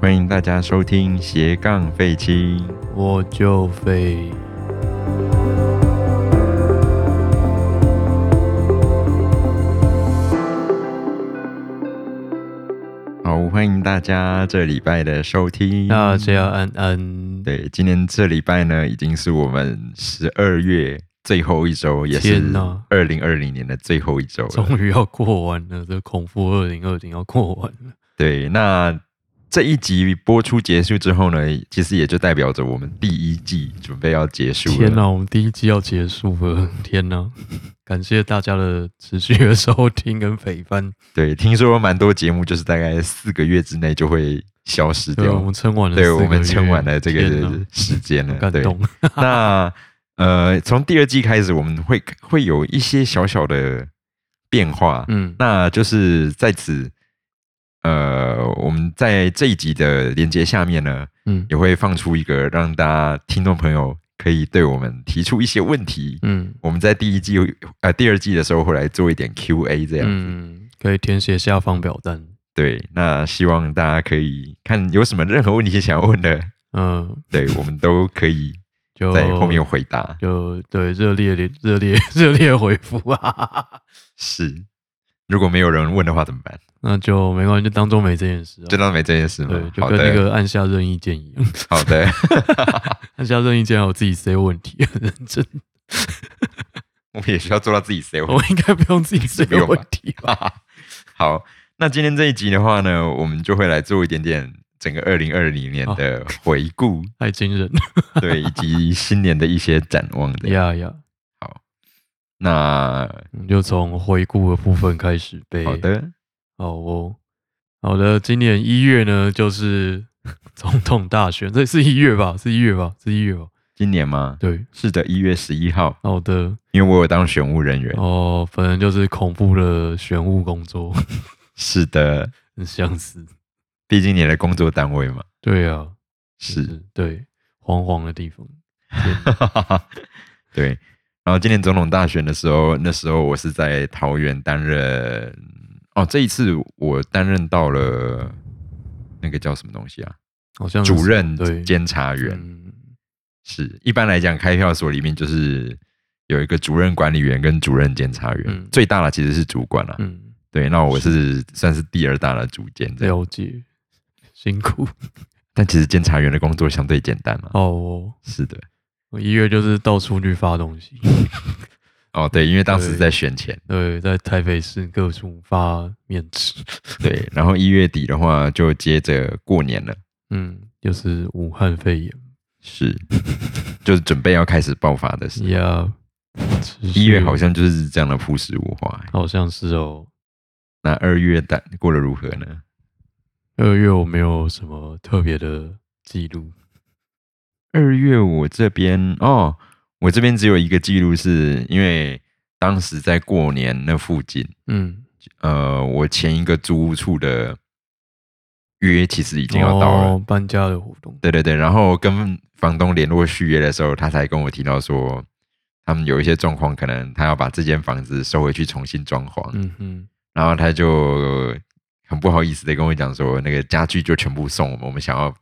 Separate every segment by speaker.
Speaker 1: 欢迎大家收听斜杠废青。
Speaker 2: 我就飞。
Speaker 1: 嗯好，欢迎大家这礼拜的收听。
Speaker 2: 那这嗯要按按
Speaker 1: 对，今年这礼拜呢，已经是我们十二月最后一周，也是
Speaker 2: 天哪
Speaker 1: 二零二零年的最后一周了。
Speaker 2: 终于要过完了，这恐怖二零二零要过完了。
Speaker 1: 对，那这一集播出结束之后呢，其实也就代表着我们第一季准备要结束了。
Speaker 2: 天哪、我们第一季要结束 了！天哪、感谢大家的持续的收听跟陪伴。
Speaker 1: 对，听说蛮多节目就是大概四个月之内就会消失
Speaker 2: 对，我
Speaker 1: 掉。
Speaker 2: 们撑完了四个
Speaker 1: 对，
Speaker 2: 月，
Speaker 1: 我们撑完了这
Speaker 2: 天哪
Speaker 1: 个时间了。
Speaker 2: 感
Speaker 1: 对，
Speaker 2: 动。
Speaker 1: 那呃，从第二季开始，我们会会有一些小小的变化。
Speaker 2: 嗯，
Speaker 1: 那就是在此，呃，我们在这一集的连接下面呢，
Speaker 2: 嗯
Speaker 1: 也会放出一个让大家听众朋友可以对我们提出一些问题。
Speaker 2: 嗯
Speaker 1: 我们在第一季呃第二季的时候会来做一点 Q&A 这样子。
Speaker 2: 嗯，可以填写下方表单。
Speaker 1: 对，那希望大家可以看有什么任何问题想要问的，
Speaker 2: 嗯，
Speaker 1: 对我们都可以
Speaker 2: 就
Speaker 1: 在后面回答。
Speaker 2: 就对热烈地热烈 热烈回复啊，
Speaker 1: 是，如果没有人问的话怎么办？
Speaker 2: 那就没关系，就当做没这件事、啊。
Speaker 1: 就当没这件事
Speaker 2: 对
Speaker 1: 吗，？
Speaker 2: 就
Speaker 1: 好
Speaker 2: 跟那
Speaker 1: 的，
Speaker 2: 个按下任意键一样，
Speaker 1: 好的。
Speaker 2: 按下任意键还有自己 say 问题，认 真，
Speaker 1: 我们也需要做到自己 say
Speaker 2: 我应该不用自己 say
Speaker 1: 不用吧
Speaker 2: 问题吧？
Speaker 1: 好，那今天这一集的话呢，我们就会来做一点点整个二零二零年的
Speaker 2: 哦
Speaker 1: 回顾，
Speaker 2: 太惊人了
Speaker 1: 对，以及新年的一些展望的。
Speaker 2: 呀呀！
Speaker 1: 那
Speaker 2: 我们就从回顾的部分开始呗。
Speaker 1: 好，的，
Speaker 2: 好哦，好的，今年一月呢，就是 总统大选，这是一月吧？是一月吧？是一月吧？
Speaker 1: 今年吗？
Speaker 2: 对，
Speaker 1: 是的，一月十一号，
Speaker 2: 好的，
Speaker 1: 因为我有当选务人员。
Speaker 2: 哦，反正就是恐怖的玄武工作，
Speaker 1: 是的，
Speaker 2: 很相似。
Speaker 1: 毕竟你的工作单位嘛。，
Speaker 2: 对啊，就是对，黄黄的地方，
Speaker 1: 对。然后今年总统大选的时候，那时候我是在桃园担任，哦，这一次我担任到了那个叫什么东西啊？
Speaker 2: 好像是
Speaker 1: 主任
Speaker 2: 对
Speaker 1: 监察员。
Speaker 2: 嗯
Speaker 1: 是一般来讲，开票所里面就是有一个主任管理员跟主任监察员，
Speaker 2: 嗯
Speaker 1: 最大的其实是主管啊。
Speaker 2: 嗯，
Speaker 1: 对，那我是算是第二大的主监这样，
Speaker 2: 了解，辛苦
Speaker 1: 但其实监察员的工作相对简单嘛。
Speaker 2: 哦。我
Speaker 1: 是的，
Speaker 2: 我一月就是到处去发东西，
Speaker 1: 哦，对，因为当时
Speaker 2: 对
Speaker 1: 在选前，
Speaker 2: 对，在台北市各处发面纸，
Speaker 1: 对，然后一月底的话就接着过年了，
Speaker 2: 嗯，就是武汉肺炎
Speaker 1: 是， 就是准备要开始爆发的时候。
Speaker 2: 呀，
Speaker 1: 一
Speaker 2: 一
Speaker 1: 月好像就是这样的朴实无华、
Speaker 2: 好像是哦，
Speaker 1: 那二月的过得如何呢？
Speaker 2: 二月我没有什么特别的记录，
Speaker 1: 二月我这边哦，我这边只有一个记录，是因为当时在过年那附近，
Speaker 2: 嗯，
Speaker 1: 呃，我前一个租屋处的约其实已经要到了，
Speaker 2: 哦搬家的活动，
Speaker 1: 对对对，然后跟房东联络续约的时候，他才跟我提到说，他们有一些状况，可能他要把这间房子收回去重新装潢，
Speaker 2: 嗯哼，
Speaker 1: 然后他就很不好意思的跟我讲说，那个家具就全部送我们，我们想要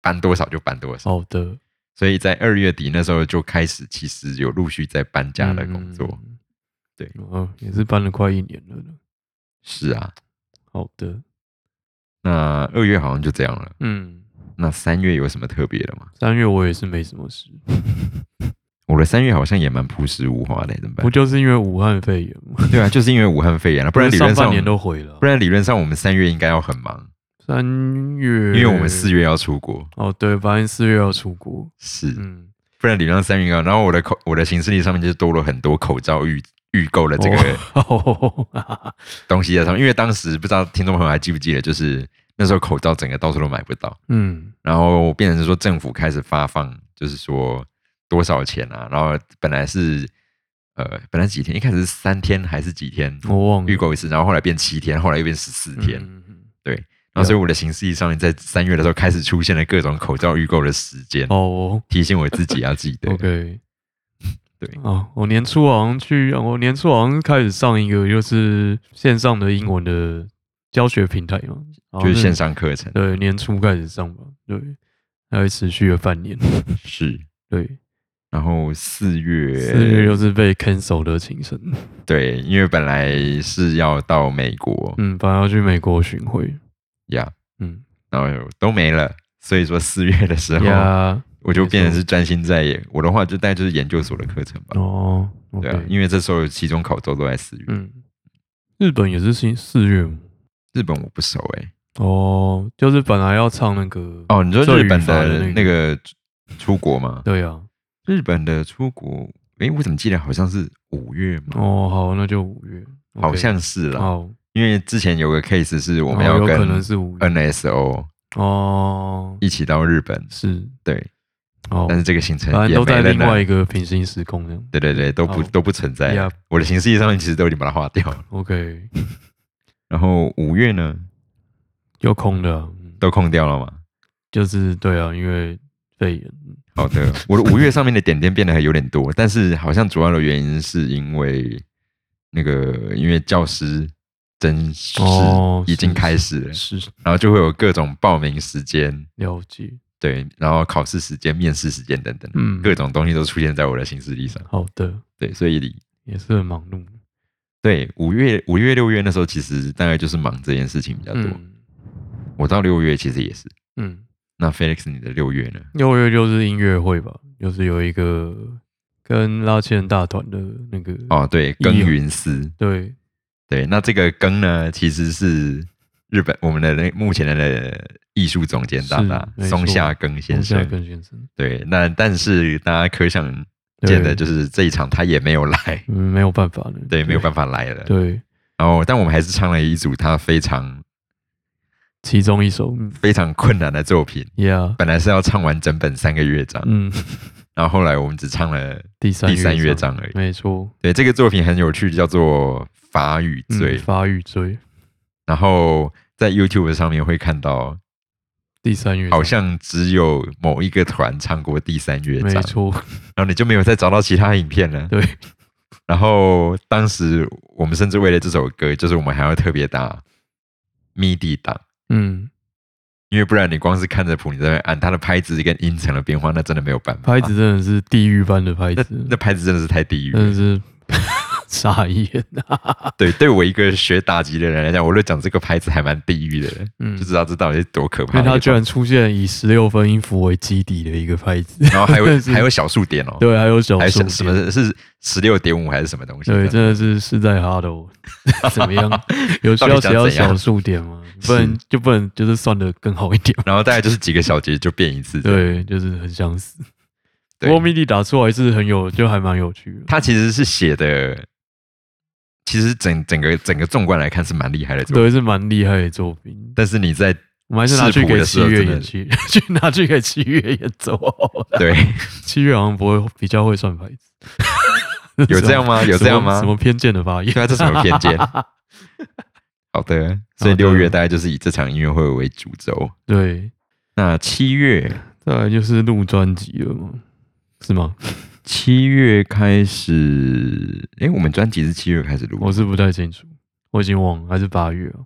Speaker 1: 搬多少就搬多少。
Speaker 2: 好的，
Speaker 1: 所以在二月底那时候就开始，其实有陆续在搬家的工作。
Speaker 2: 嗯，
Speaker 1: 对
Speaker 2: 嗯哦，也是搬了快一年了呢。
Speaker 1: 是啊，
Speaker 2: 好的，
Speaker 1: 那二月好像就这样了。
Speaker 2: 嗯，
Speaker 1: 那三月有什么特别的吗？
Speaker 2: 三月我也是没什 么事，
Speaker 1: 我的三月好像也蛮朴实无华的，怎么
Speaker 2: 不
Speaker 1: 办？
Speaker 2: 就是因为武汉肺炎吗？
Speaker 1: 对啊，就是因为武汉肺炎了，不然理论
Speaker 2: 上半
Speaker 1: 上
Speaker 2: 年都毁了啊
Speaker 1: 不。然理论上我们三月应该要很忙，
Speaker 2: 三月，
Speaker 1: 因为我们四月要出国。
Speaker 2: 哦，对，反正四月要出国，
Speaker 1: 是，
Speaker 2: 嗯，
Speaker 1: 不然理论上三月要。然后我的口我的行事历上面就多了很多口罩预预购的这个
Speaker 2: 哦，
Speaker 1: 东西在啊上面，因为当时不知道听众朋友还记不记得，就是那时候口罩整个到处都买不到。
Speaker 2: 嗯，
Speaker 1: 然后变成是说政府开始发放，就是说多少钱啊？然后本来是呃，本来几天，一开始是三天还是几天
Speaker 2: 我忘了
Speaker 1: 预购一次，然后后来变七天，后来又变十四天。
Speaker 2: 嗯嗯
Speaker 1: 然后所以我的行事历上面在三月的时候开始出现了各种口罩预购的时间，
Speaker 2: 嗯哦
Speaker 1: 提醒我自己要记得。
Speaker 2: ，OK，
Speaker 1: 对
Speaker 2: 哦，我年啊初好像去，我年初好像开始上一个就是线上的英文的教学平台嘛，然后
Speaker 1: 就是
Speaker 2: 那
Speaker 1: 线上课程，
Speaker 2: 对年初开始上吧，对，它会持续了半年，
Speaker 1: 是。
Speaker 2: 对，
Speaker 1: 然后四月，
Speaker 2: 四月又是被 cancel 的情声，
Speaker 1: 对，因为本来是要到美国
Speaker 2: 嗯，本来要去美国巡回，
Speaker 1: 呀
Speaker 2: 嗯，
Speaker 1: 然后都没了，所以说四月的时候
Speaker 2: 呀，
Speaker 1: 我就
Speaker 2: 没错
Speaker 1: 变成是专心在我的话，就大概就是研究所的课程吧。
Speaker 2: 哦，OK，
Speaker 1: 对啊，因为这时候期中考周都在四月，
Speaker 2: 嗯，日本也是新四月嘛
Speaker 1: 日本我不熟哎、
Speaker 2: 哦，就是本来要唱那个，
Speaker 1: 哦，你说
Speaker 2: 最
Speaker 1: 日本
Speaker 2: 愉快
Speaker 1: 的
Speaker 2: 那
Speaker 1: 那个出国吗？
Speaker 2: 对啊，
Speaker 1: 日本的出国，诶，我怎么记得好像是五月嘛？
Speaker 2: 哦，好，那就五月，
Speaker 1: 好像是啦，
Speaker 2: 哦，
Speaker 1: 因为之前有个 case 是我们
Speaker 2: 哦
Speaker 1: 要
Speaker 2: 有可能
Speaker 1: 跟嗯
Speaker 2: 是五月
Speaker 1: NSO
Speaker 2: 哦，
Speaker 1: 一起到日本，
Speaker 2: 是
Speaker 1: 对，
Speaker 2: 哦
Speaker 1: 但，是这个行程
Speaker 2: 反正
Speaker 1: 也
Speaker 2: 都
Speaker 1: 没
Speaker 2: 在
Speaker 1: 了
Speaker 2: 另外
Speaker 1: 呢。
Speaker 2: 一个平行时空这样。
Speaker 1: 对对对，都不
Speaker 2: 哦
Speaker 1: 都不存在
Speaker 2: Yeah
Speaker 1: 了。我的行事历上面其实都已经把它划掉了。
Speaker 2: OK，
Speaker 1: 然后五月呢，
Speaker 2: 又空的啊、嗯
Speaker 1: 都空掉了嘛？
Speaker 2: 就是对啊，因为肺炎。
Speaker 1: 好的，我的五月上面的点点变得还有点多，但是好像主要的原因是因为那个，因为教师真是
Speaker 2: 哦
Speaker 1: 已经
Speaker 2: 是
Speaker 1: 开始了，
Speaker 2: 是
Speaker 1: 然后就会有各种报名时间，
Speaker 2: 了解，
Speaker 1: 对，然后考试时间、面试时间等等，
Speaker 2: 嗯，
Speaker 1: 各种东西都出现在我的行事历上。
Speaker 2: 好的，
Speaker 1: 对，所以
Speaker 2: 也是很忙碌的，
Speaker 1: 对五月、五月、六月那时候，其实大概就是忙这件事情比较多。
Speaker 2: 嗯
Speaker 1: 我到六月其实也是。
Speaker 2: 嗯，
Speaker 1: 那 Felix，你的六月呢？
Speaker 2: 六月就是音乐会吧，就是有一个跟拉纤大团的那个，
Speaker 1: 哦，对，
Speaker 2: 一
Speaker 1: 耕
Speaker 2: 月
Speaker 1: 耘司，
Speaker 2: 对，
Speaker 1: 对，那这个耕呢，其实是日本我们的那目前的艺术总监大大
Speaker 2: 是没错
Speaker 1: 松下耕先
Speaker 2: 松下
Speaker 1: 生。
Speaker 2: 根先生，
Speaker 1: 对，那但是大家可想
Speaker 2: 对
Speaker 1: 见的就是这一场他也没有来，
Speaker 2: 嗯，没有办法了，
Speaker 1: 对，没有办法来了
Speaker 2: 法。对，
Speaker 1: 然后，但我们还是唱了一组他非常
Speaker 2: 其中一首，嗯
Speaker 1: 非常困难的作品。
Speaker 2: ，Yeah，
Speaker 1: 本来是要唱完整本三个乐章，
Speaker 2: 嗯，
Speaker 1: 然后后来我们只唱了
Speaker 2: 第三
Speaker 1: 第三乐
Speaker 2: 乐
Speaker 1: 章而已。
Speaker 2: 没错，
Speaker 1: 对，这个作品很有趣，叫做《法语
Speaker 2: 嗯
Speaker 1: 罪》。
Speaker 2: 发育追，
Speaker 1: 然后在 YouTube 上面会看到，
Speaker 2: 第三乐章，
Speaker 1: 好像只有某一个团唱过第三乐
Speaker 2: 没
Speaker 1: 章，
Speaker 2: 错，
Speaker 1: 然后你就没有再找到其他影片了。
Speaker 2: 对，
Speaker 1: 然后当时我们甚至为了这首歌，就是我们还要特别打 MIDI 档，
Speaker 2: 嗯。
Speaker 1: 因为不然你光是看着谱，你在那边按它的拍子跟音程的变化，那真的没有办法。啊
Speaker 2: 拍子嗯真的是地狱般的拍
Speaker 1: 那
Speaker 2: 子，
Speaker 1: 那拍子真的是太地狱
Speaker 2: 真的
Speaker 1: 了。
Speaker 2: 是 傻眼啊！
Speaker 1: 对，对我一个学打击的人来讲，我都讲这个拍子还蛮地狱的，
Speaker 2: 嗯，
Speaker 1: 就知道这到底是多可
Speaker 2: 因
Speaker 1: 怕
Speaker 2: 为
Speaker 1: 的
Speaker 2: 它
Speaker 1: 一
Speaker 2: 居
Speaker 1: 种。
Speaker 2: 然出现以十六分音符为基底的一个拍子，
Speaker 1: 然后还有
Speaker 2: 真的是
Speaker 1: 还有小数点哦，
Speaker 2: 对，还有小
Speaker 1: 还有
Speaker 2: 数
Speaker 1: 小
Speaker 2: 点
Speaker 1: 什么是十六点五还是什么东西？
Speaker 2: 对，真的是是在哈喽， 怎么样？有需
Speaker 1: 到
Speaker 2: 要
Speaker 1: 底想
Speaker 2: 写到
Speaker 1: 怎样
Speaker 2: 小数点吗？不然
Speaker 1: 是
Speaker 2: 就不能就是算的更好一点嘛。
Speaker 1: 然后大概就是几个小节就变一次。，
Speaker 2: 对，就是很相似。不
Speaker 1: 对
Speaker 2: 过 MIDI 打出来是很有，就还蛮有趣的。
Speaker 1: 它其实是写的，其实整整个整个纵观来看是蛮厉害的作品，
Speaker 2: 对，是蛮厉害的作品。
Speaker 1: 但是你 在
Speaker 2: 我们还是拿去
Speaker 1: 视谱
Speaker 2: 给
Speaker 1: 的
Speaker 2: 七
Speaker 1: 时候
Speaker 2: 月
Speaker 1: 真的
Speaker 2: 演去， 去拿去给七月演奏。
Speaker 1: 对
Speaker 2: 七月好像不会比较会算牌子，
Speaker 1: 有这样吗？有这样吗
Speaker 2: 什么？什？么偏见的发言？
Speaker 1: 对啊，这什么偏 见？好的，所以
Speaker 2: 好的
Speaker 1: 六月大概就是以这场音乐会为主轴。
Speaker 2: 对，
Speaker 1: 那七月，
Speaker 2: 再来就是录专辑了嘛，是吗？
Speaker 1: 七月开始，诶，我们专辑是七月开始录，
Speaker 2: 我是不太清楚，我已经忘了，还是八月啊？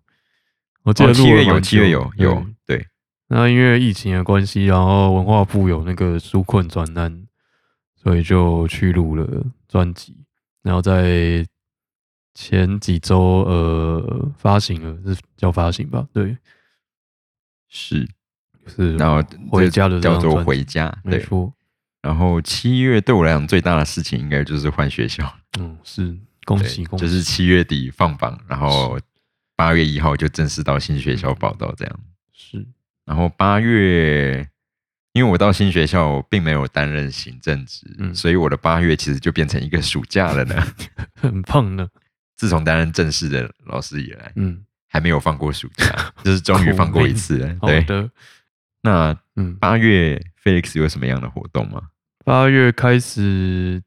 Speaker 2: 我记得
Speaker 1: 哦
Speaker 2: 录了
Speaker 1: 七月有，
Speaker 2: 蛮久
Speaker 1: 七月有
Speaker 2: 对
Speaker 1: 有，对，
Speaker 2: 那因为疫情的关系，然后文化部有那个纾困专案，所以就去录了专辑，然后在前几周呃发行了，是叫发行吧？对，
Speaker 1: 是，
Speaker 2: 是
Speaker 1: 然后
Speaker 2: 回
Speaker 1: 这
Speaker 2: 家的这
Speaker 1: 叫
Speaker 2: 张
Speaker 1: 做
Speaker 2: 专辑
Speaker 1: 回家，
Speaker 2: 没
Speaker 1: 对。
Speaker 2: 错，
Speaker 1: 然后七月对我来讲最大的事情，应该就是换学校。
Speaker 2: 嗯，是恭
Speaker 1: 对，
Speaker 2: 喜恭喜，
Speaker 1: 就是七月底放榜，然后八月一号就正式到新学校报道这样。
Speaker 2: 是
Speaker 1: 然后八月，因为我到新学校并没有担任行政职，
Speaker 2: 嗯
Speaker 1: 所以我的八月其实就变成一个暑假了呢。
Speaker 2: 很棒呢，
Speaker 1: 自从担任正式的老师以来，
Speaker 2: 嗯，
Speaker 1: 还没有放过暑假，就是终于放过一次了。
Speaker 2: 好哦
Speaker 1: 对，
Speaker 2: 的，
Speaker 1: 那
Speaker 2: 嗯，
Speaker 1: 八月 Felix 有什么样的活动 吗？
Speaker 2: 八月开始，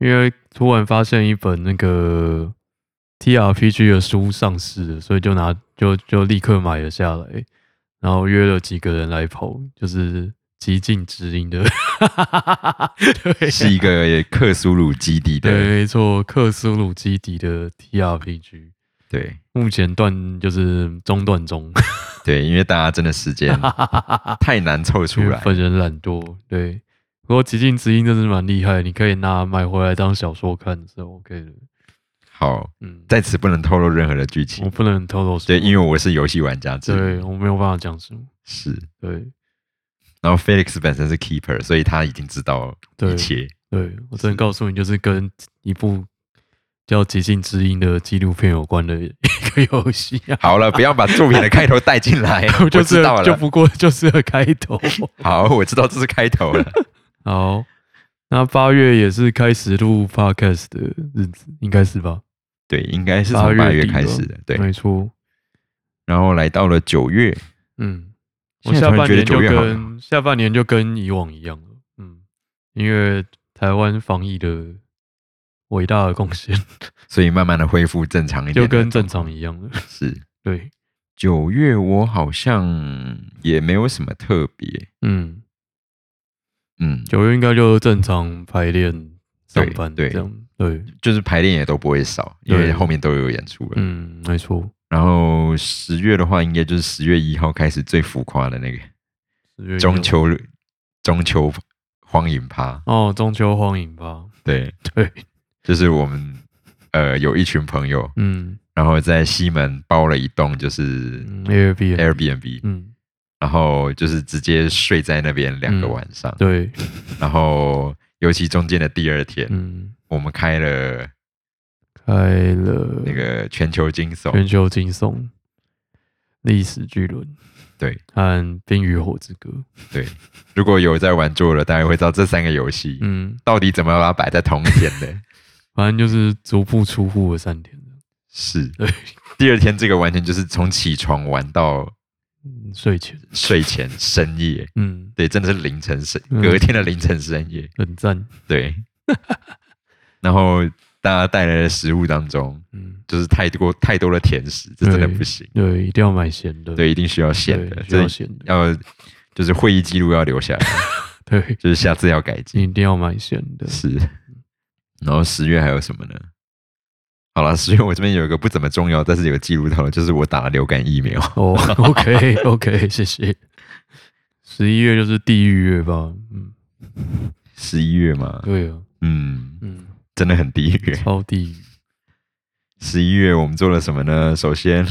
Speaker 2: 因为突然发现一本那个 TRPG 的书上市了，所以就拿就就立刻买了下来，然后约了几个人来跑，就是极尽知音的，对，啊
Speaker 1: 是一个克苏鲁基地
Speaker 2: 对，
Speaker 1: 的
Speaker 2: 没错，克苏鲁基底的 TRPG，
Speaker 1: 对
Speaker 2: 目前断就是中断中，
Speaker 1: 对，因为大家真的时 间太难凑出
Speaker 2: 因为
Speaker 1: 来，
Speaker 2: 本人懒惰。对，不过《极尽之音》真是蛮厉害的，你可以拿买回来当小说看是 OK 的。
Speaker 1: 好，
Speaker 2: 嗯，
Speaker 1: 在此不能透露任何的剧情
Speaker 2: 我，不能透露什
Speaker 1: 对，
Speaker 2: 么，
Speaker 1: 因为我是游戏玩家之一，
Speaker 2: 对我没有办法讲什么。
Speaker 1: 是。
Speaker 2: 对
Speaker 1: 然后 Felix 本身是 Keeper，所以他已经知道
Speaker 2: 对
Speaker 1: 一切，
Speaker 2: 对，我只能告诉你，就是跟一部叫《极尽之音》的纪录片有关的 一个游戏 啊。
Speaker 1: 好了，不要把作品的开头带进来
Speaker 2: ，我就
Speaker 1: 哎我知
Speaker 2: 是
Speaker 1: 道
Speaker 2: 就
Speaker 1: 了。
Speaker 2: 不过 就是个开 头。
Speaker 1: 好，我知道这是开头了。
Speaker 2: 好，那八月也是开始录 podcast 的日子，应该是吧？
Speaker 1: 对，应该是
Speaker 2: 八
Speaker 1: 从
Speaker 2: 月
Speaker 1: 八月
Speaker 2: 底
Speaker 1: 开
Speaker 2: 了
Speaker 1: 始的。对，
Speaker 2: 没错。
Speaker 1: 然后来到了九月，
Speaker 2: 嗯，我
Speaker 1: 现在
Speaker 2: 下
Speaker 1: 突然
Speaker 2: 半
Speaker 1: 觉得
Speaker 2: 年就
Speaker 1: 九月好了。
Speaker 2: 跟下半年就跟以往一样了。嗯，因为台湾防疫的伟大的贡献，
Speaker 1: 所以慢慢的恢复正常一点
Speaker 2: 就
Speaker 1: 的，
Speaker 2: 跟正常一 样了。
Speaker 1: 是
Speaker 2: 对，
Speaker 1: 九月，我好像也没有什么特别，
Speaker 2: 嗯，
Speaker 1: 嗯，
Speaker 2: 九月应该就正常排练上班，
Speaker 1: 对对
Speaker 2: 这样对，
Speaker 1: 就是排练也都不会少，因为
Speaker 2: 对
Speaker 1: 后面都有演出了。
Speaker 2: 嗯，没错。
Speaker 1: 然后十月的话，应该就是十月一号开始最浮夸的那个
Speaker 2: 10月一号
Speaker 1: 中秋中秋荒淫趴，
Speaker 2: 哦，中秋荒影吧，
Speaker 1: 对，
Speaker 2: 对，
Speaker 1: 就是我们呃有一群朋友，
Speaker 2: 嗯
Speaker 1: 然后在西门包了一栋就是
Speaker 2: 嗯，Airbnb，
Speaker 1: Airbnb，、
Speaker 2: 嗯，
Speaker 1: 然后就是直接睡在那边两个
Speaker 2: 嗯
Speaker 1: 晚上，
Speaker 2: 对，
Speaker 1: 然后尤其中间的第二天，
Speaker 2: 嗯，
Speaker 1: 我们开了
Speaker 2: 开了
Speaker 1: 那个全球金手，
Speaker 2: 全球惊悚、历史巨轮
Speaker 1: 对
Speaker 2: 和《冰与火之歌》。
Speaker 1: 对，如果有在玩桌游的，大家会知道这三个游戏、
Speaker 2: 嗯，
Speaker 1: 到底怎么把它摆在同一天 的。
Speaker 2: 反正就是足不出户的三天，
Speaker 1: 是
Speaker 2: 对，
Speaker 1: 第二天这个完全就是从起床玩到
Speaker 2: 嗯，睡前，
Speaker 1: 睡前深夜，
Speaker 2: 嗯，
Speaker 1: 对，真的是凌晨深，
Speaker 2: 嗯
Speaker 1: 隔天的凌晨深夜，
Speaker 2: 很赞，
Speaker 1: 对。然后大家带来的食物当中，
Speaker 2: 嗯，
Speaker 1: 就是太多太多的甜食，这真的不行，
Speaker 2: 对，一定要买咸的，
Speaker 1: 对，一定需要
Speaker 2: 对，
Speaker 1: 咸的，
Speaker 2: 需要
Speaker 1: 这
Speaker 2: 咸的，
Speaker 1: 要就是会议记录要留下来，
Speaker 2: 对，
Speaker 1: 就是下次要改进。
Speaker 2: 一定要买咸的。
Speaker 1: 是，然后十月还有什么呢？好了，十月我这边有一个不怎么重要，但是有记录到的，就是我打了流感疫苗。
Speaker 2: 哦，OK，OK，谢谢。十一月就是地狱月吧，嗯，
Speaker 1: 十一月嘛，
Speaker 2: 对啊，
Speaker 1: 嗯，
Speaker 2: 嗯，
Speaker 1: 真的很地狱。
Speaker 2: 超地狱，
Speaker 1: 十一月我们做了什么呢？首先，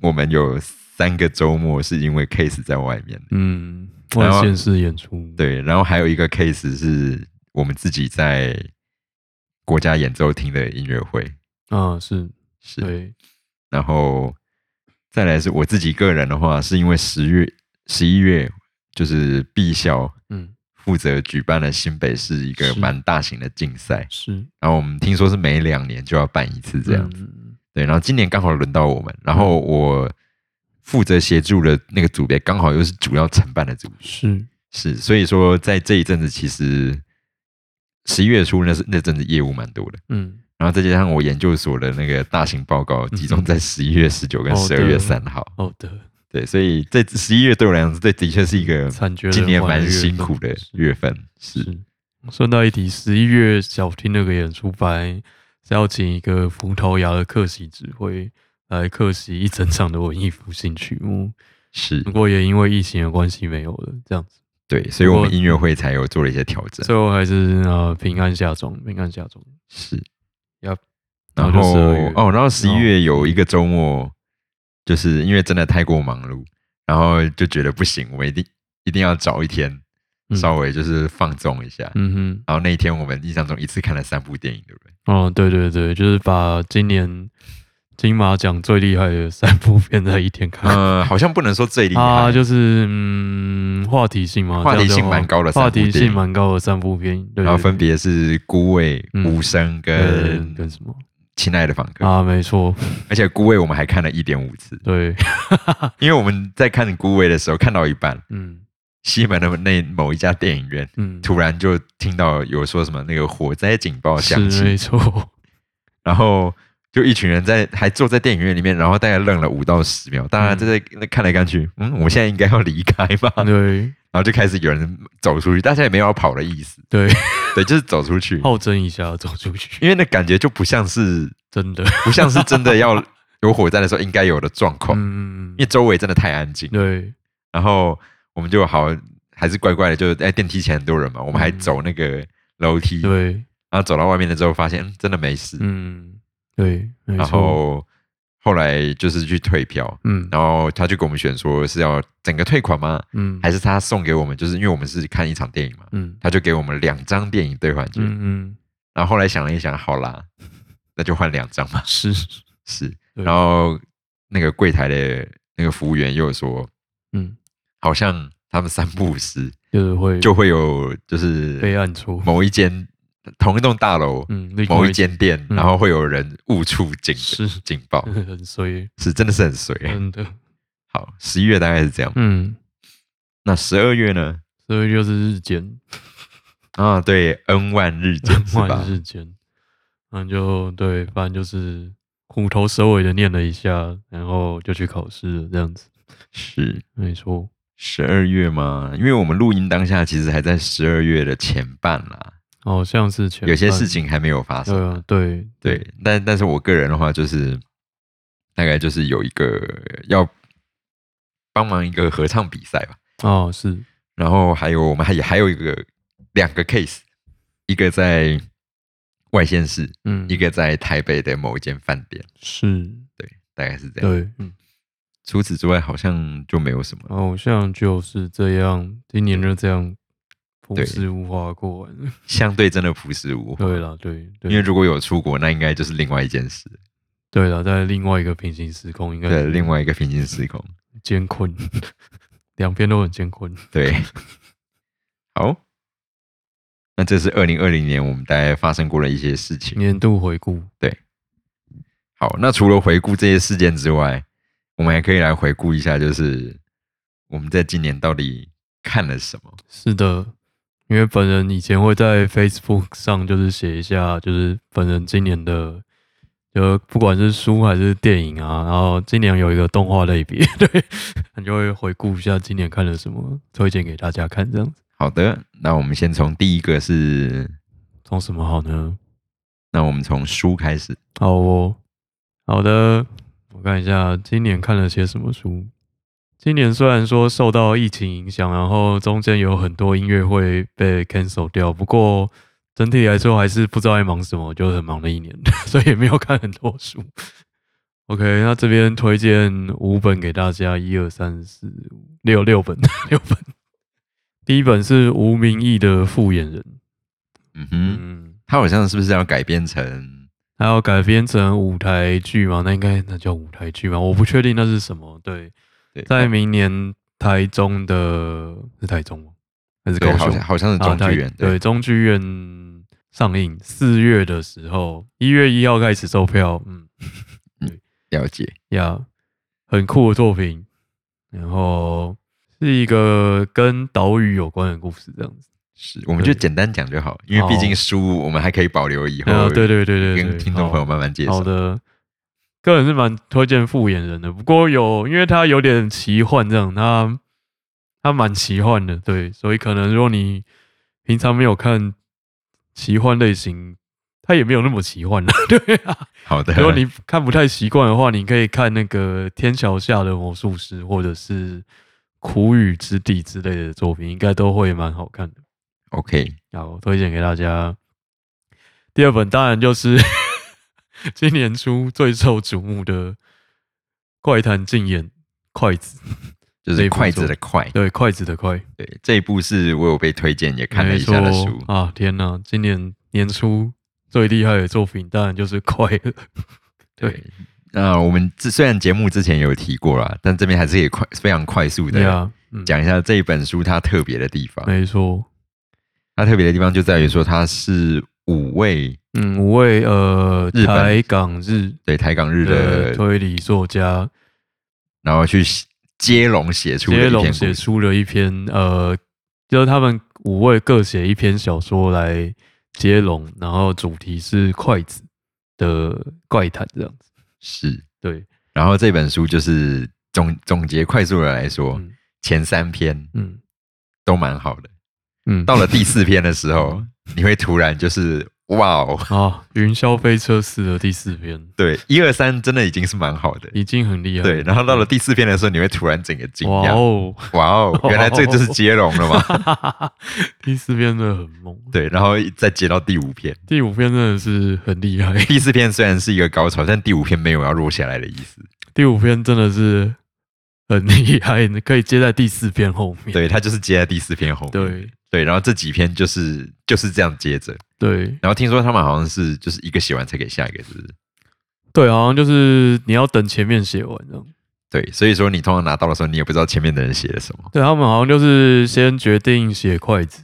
Speaker 1: 我们有三个周末是因为 case 在外面，
Speaker 2: 嗯，
Speaker 1: 然
Speaker 2: 外
Speaker 1: 后
Speaker 2: 县市演出，，
Speaker 1: 对，然后还有一个 case 是我们自己在国家演奏厅的音乐会，
Speaker 2: 啊，是，
Speaker 1: 是，
Speaker 2: 对，
Speaker 1: 然后再来是我自己个人的话，是因为十月、十一月就是毕校
Speaker 2: 嗯，
Speaker 1: 负责举办了新北市一个
Speaker 2: 是
Speaker 1: 蛮大型的竞赛，
Speaker 2: 是
Speaker 1: 然后我们听说是每两年就要办一次这样子。
Speaker 2: 嗯
Speaker 1: 对，然后今年刚好轮到我们，然后我负责协助的那个组别刚好又是主要承办的组别，
Speaker 2: 是，
Speaker 1: 是，所以说在这一阵子其实十一月初那是那阵子业务蛮多的，
Speaker 2: 嗯，
Speaker 1: 然后再加上我研究所的那个大型报告集中在十一月十九跟
Speaker 2: 哦
Speaker 1: 十二
Speaker 2: 对
Speaker 1: 月三号，
Speaker 2: 好的，
Speaker 1: 对，所以这十一月对我来讲，这的确是一个
Speaker 2: 惨绝人
Speaker 1: 嗯今年
Speaker 2: 寰的
Speaker 1: 蛮
Speaker 2: 月
Speaker 1: 辛
Speaker 2: 份
Speaker 1: 苦的
Speaker 2: 是
Speaker 1: 月份，是
Speaker 2: 是。顺带一提，十一月小厅那个演出班是要请一个葡萄牙的客席指挥来客席一整场的文艺复兴曲目，
Speaker 1: 是
Speaker 2: 不，过也因为疫情的关系没有了，这样子，
Speaker 1: 对，所以我
Speaker 2: 不
Speaker 1: 们
Speaker 2: 过
Speaker 1: 音乐会才有做了一些调整，
Speaker 2: 最后还是呃平安下庄，平安下庄，
Speaker 1: 是
Speaker 2: Yup
Speaker 1: 然
Speaker 2: 然后
Speaker 1: 后
Speaker 2: 就12月
Speaker 1: 哦，然后十一
Speaker 2: 然后
Speaker 1: 月有一个周末，就是因为真的太过忙碌，然后就觉得不行，我们一定一定要找一天
Speaker 2: 嗯
Speaker 1: 稍微就是放纵一下。
Speaker 2: 嗯
Speaker 1: 然后那一天我们印象中一次看了三部电影，对不 对？
Speaker 2: 哼，哦，对对对，就是把今年金马奖最厉害的三部片在一天看完。
Speaker 1: 呃， 好像不能说最厉害，
Speaker 2: 啊，就是嗯，话题性嘛，
Speaker 1: 话题性
Speaker 2: 这样就好
Speaker 1: 蛮高的三部
Speaker 2: 话题
Speaker 1: 电
Speaker 2: 性
Speaker 1: 影
Speaker 2: 蛮高的三部片，对，
Speaker 1: 然后
Speaker 2: 对
Speaker 1: 分别是《孤味》
Speaker 2: 嗯
Speaker 1: 无声》
Speaker 2: 跟
Speaker 1: 跟
Speaker 2: 跟
Speaker 1: 《
Speaker 2: 什么
Speaker 1: 亲爱的访客》，
Speaker 2: 啊，没错，
Speaker 1: 而且《孤味》我们还看了一点五次，
Speaker 2: 对，啊
Speaker 1: 因为我们在看《孤味》的时候看到一半，
Speaker 2: 嗯
Speaker 1: 西门的那某一家电影院
Speaker 2: 嗯，
Speaker 1: 突然就听到有说什么那个火灾警报响
Speaker 2: 是
Speaker 1: 起，
Speaker 2: 没错，
Speaker 1: 然后就一群人在还坐在电影院里面，然后大概愣了五到十秒，大家
Speaker 2: 嗯
Speaker 1: 就在那看来看去，嗯，我现在应该要离开吧，然
Speaker 2: 对
Speaker 1: 后就开始有人走出去，大家也没有要跑的意 思，
Speaker 2: 对，
Speaker 1: 对，就是走出去，
Speaker 2: 好争一下走出去，
Speaker 1: 因为那感觉就不像是
Speaker 2: 真的，
Speaker 1: 不像是真的要有火灾的时候应该有的状 况，
Speaker 2: 嗯，嗯嗯嗯
Speaker 1: 因为周围真的太安静。
Speaker 2: 对，
Speaker 1: 然后我们就好还是乖乖的，就是哎电梯前很多人嘛，我们还
Speaker 2: 嗯
Speaker 1: 走那个楼梯，
Speaker 2: 对，
Speaker 1: 然后走到外面了之后发现、嗯、真的没事，
Speaker 2: 嗯，对，没
Speaker 1: 然
Speaker 2: 错，
Speaker 1: 后后来就是去退票，
Speaker 2: 嗯
Speaker 1: 然后他就给我们选说是要整个退款吗？
Speaker 2: 嗯，
Speaker 1: 还是他送给我们？就是因为我们是看一场电影嘛，
Speaker 2: 嗯
Speaker 1: 他就给我们两张电影兑换券。
Speaker 2: 嗯
Speaker 1: 然后后来想了一想，好啦， 那就换两张吧
Speaker 2: 嗯。是，
Speaker 1: 是，
Speaker 2: 对
Speaker 1: 然后那个柜台的那个服务员又说，
Speaker 2: 嗯，
Speaker 1: 好像他们三不五时
Speaker 2: 就是会
Speaker 1: 就会有就是
Speaker 2: 被按错，
Speaker 1: 某一间同一栋大楼、
Speaker 2: 嗯，另
Speaker 1: 某
Speaker 2: 外
Speaker 1: 一间店，
Speaker 2: 嗯
Speaker 1: 然后会有人误触警
Speaker 2: 是，
Speaker 1: 警报
Speaker 2: 嗯很衰，
Speaker 1: 是真的是很欸水。
Speaker 2: 真的，
Speaker 1: 好，十一月大概是这样。
Speaker 2: 嗯，
Speaker 1: 那十二月呢？
Speaker 2: 所以就是 日检，
Speaker 1: 啊，对，N 万日 检是吧
Speaker 2: 换？日检，然后就对，反正就是虎头蛇尾的念了一下，然后就去考试了，这样子，
Speaker 1: 是
Speaker 2: 没错，
Speaker 1: 十二月吗？因为我们录音当下其实还在十二月的前半啦，
Speaker 2: 好哦像是前
Speaker 1: 有些
Speaker 2: 半
Speaker 1: 事，情还没有发生
Speaker 2: 对
Speaker 1: 啊。
Speaker 2: 啊，对
Speaker 1: 对，但但是我个人的话，就是大概就是有一个要帮忙一个合唱比赛吧，
Speaker 2: 哦，是，
Speaker 1: 然后还有我们还也还有一个两个 case，一个在外县市，
Speaker 2: 嗯，
Speaker 1: 一个在台北的某一间饭店，
Speaker 2: 是，
Speaker 1: 大概是这样。
Speaker 2: 对，嗯，
Speaker 1: 除此之外，好像就没有什么了。
Speaker 2: 好像就是这样，今年就这样。朴
Speaker 1: 对
Speaker 2: 实无华过完了，
Speaker 1: 相对真的朴实无华，
Speaker 2: 对了，对对，
Speaker 1: 因为如果有出国，那应该就是另外一件事，
Speaker 2: 对了，在另外一个平行时空应该
Speaker 1: 对，
Speaker 2: 是
Speaker 1: 另外一个平行时空。
Speaker 2: 艰困， 两边都很艰困。
Speaker 1: 对， 好，那这是二零二零年我们大概发生过的一些事情。
Speaker 2: 年度回顾，
Speaker 1: 好，那除了回顾这些事件之外，我们还可以来回顾一下，就是我们在今年到底看了什么？
Speaker 2: 是的，因为本人以前会在 Facebook 上就是写一下，就是本人今年的，就不管是书还是电影啊，然后今年有一个动画类别， 对，你就会回顾一下今年看了什么，推荐给大家看这样子。
Speaker 1: 好的，那我们先从第一个是，
Speaker 2: 从什么好呢？
Speaker 1: 那我们从书开始。
Speaker 2: 好哦，好的，我看一下今年看了些什么书。今年虽然说受到疫情影响，然后中间有很多音乐会被 cancel 掉，不过整体来说还是不知道在忙什么，就很忙的一年， 所以也没有看很多书。OK，那这边推荐五本给大家，一二三四五六六本，六本。第一本是吴明义的《复眼人》，
Speaker 1: 嗯哼，
Speaker 2: 嗯，
Speaker 1: 它好像是不是要改编成？
Speaker 2: 还有改编成舞台剧吗？那应该那叫舞台剧吗？我不确定那是什么。对，
Speaker 1: 对，
Speaker 2: 在明年台中的是台中吗？还是
Speaker 1: 对，
Speaker 2: 高
Speaker 1: 好
Speaker 2: 雄
Speaker 1: 像？好像是
Speaker 2: 啊
Speaker 1: 中
Speaker 2: 台
Speaker 1: 剧院。
Speaker 2: 对，中剧院上映四月的时候，一月一号开始售票。嗯
Speaker 1: 了解。
Speaker 2: 呀，很酷的作品。然后是一个跟岛屿有关的故事，这样子。
Speaker 1: 是，我们就
Speaker 2: 对
Speaker 1: 简单讲就好，因为毕竟
Speaker 2: 好
Speaker 1: 书我们还可以保留以后，
Speaker 2: 啊，对对对对对，
Speaker 1: 哦跟听众
Speaker 2: 好
Speaker 1: 朋友慢慢介绍
Speaker 2: 好。的，个人是蛮推荐《复眼人》的，不过有因为它有点奇幻这样，它它蛮奇幻的，对，所以可能如果你平常没有看奇幻类型，它也没有那么奇幻了，对啊。
Speaker 1: 好的，
Speaker 2: 如果你 看不太习惯的话，你可以看那个《天桥下的魔术师》或者是《苦雨之地》之类的作品，应该都会蛮好看的。
Speaker 1: OK，
Speaker 2: 好，推荐给大家。第二本当然就是 今年初最受瞩目的《怪谈竞演筷子》，
Speaker 1: 就
Speaker 2: 这
Speaker 1: 是
Speaker 2: 一部
Speaker 1: 筷子
Speaker 2: 作
Speaker 1: 的筷。
Speaker 2: 对筷子的筷，
Speaker 1: 对，这一部是我有被推荐，也看了
Speaker 2: 没
Speaker 1: 一下的
Speaker 2: 错
Speaker 1: 书。
Speaker 2: 啊！天哪，今年年初最厉害的作品当然就是筷了。
Speaker 1: 对，那我们这虽然节目之前有提过啦，但这边还是可以快非常快速
Speaker 2: 对
Speaker 1: 的
Speaker 2: 啊，嗯，
Speaker 1: 讲一下这一本书它特别的地方。
Speaker 2: 没错，
Speaker 1: 它特别的地方就在于说，它是五位
Speaker 2: 嗯，五位呃
Speaker 1: 日本
Speaker 2: 台港日
Speaker 1: 对台港日
Speaker 2: 的
Speaker 1: 的，
Speaker 2: 推理作家
Speaker 1: 然后去接龙写出的
Speaker 2: 接
Speaker 1: 一篇
Speaker 2: 龙
Speaker 1: 故
Speaker 2: 写
Speaker 1: 事。
Speaker 2: 出了一篇，呃，就是他们五位各写一篇小说来接龙，然后主题是筷子的怪谈这样子。
Speaker 1: 是，
Speaker 2: 对，
Speaker 1: 然后这本书就是总总结快速的来说，
Speaker 2: 嗯
Speaker 1: 前三篇
Speaker 2: 嗯
Speaker 1: 都蛮好的，
Speaker 2: 嗯，
Speaker 1: 到了第四篇的时候，你会突然就是哇哦，
Speaker 2: 啊，《云霄飞车四》的第四篇
Speaker 1: 对，一二三真的已经是蛮好的。
Speaker 2: 已经很厉害了，
Speaker 1: 对，然后到了第四篇的时候，你会突然整个惊
Speaker 2: 哇
Speaker 1: 讶，
Speaker 2: 哦，
Speaker 1: 哇哦，原来这就是接龙了嘛。
Speaker 2: 第四篇真的很猛，
Speaker 1: 对，然后再接到第五篇，
Speaker 2: 第五篇真的是很厉害，
Speaker 1: 第四篇虽然是一个高潮，但第五篇没有要落下来的意思。
Speaker 2: 第五篇真的是很厉害，你可以接在第四篇后面。
Speaker 1: 对，它就是接在第四篇后面。
Speaker 2: 嗯对
Speaker 1: 对，然后这几篇就是就是这样接着。
Speaker 2: 对
Speaker 1: 然后听说他们好像是就是一个写完才给下一个，是不是？
Speaker 2: 对，好像就是你要等前面写完这样。
Speaker 1: 对，所以说你通常拿到的时候，你也不知道前面的人写了什么。
Speaker 2: 对他们好像就是先决定写筷子，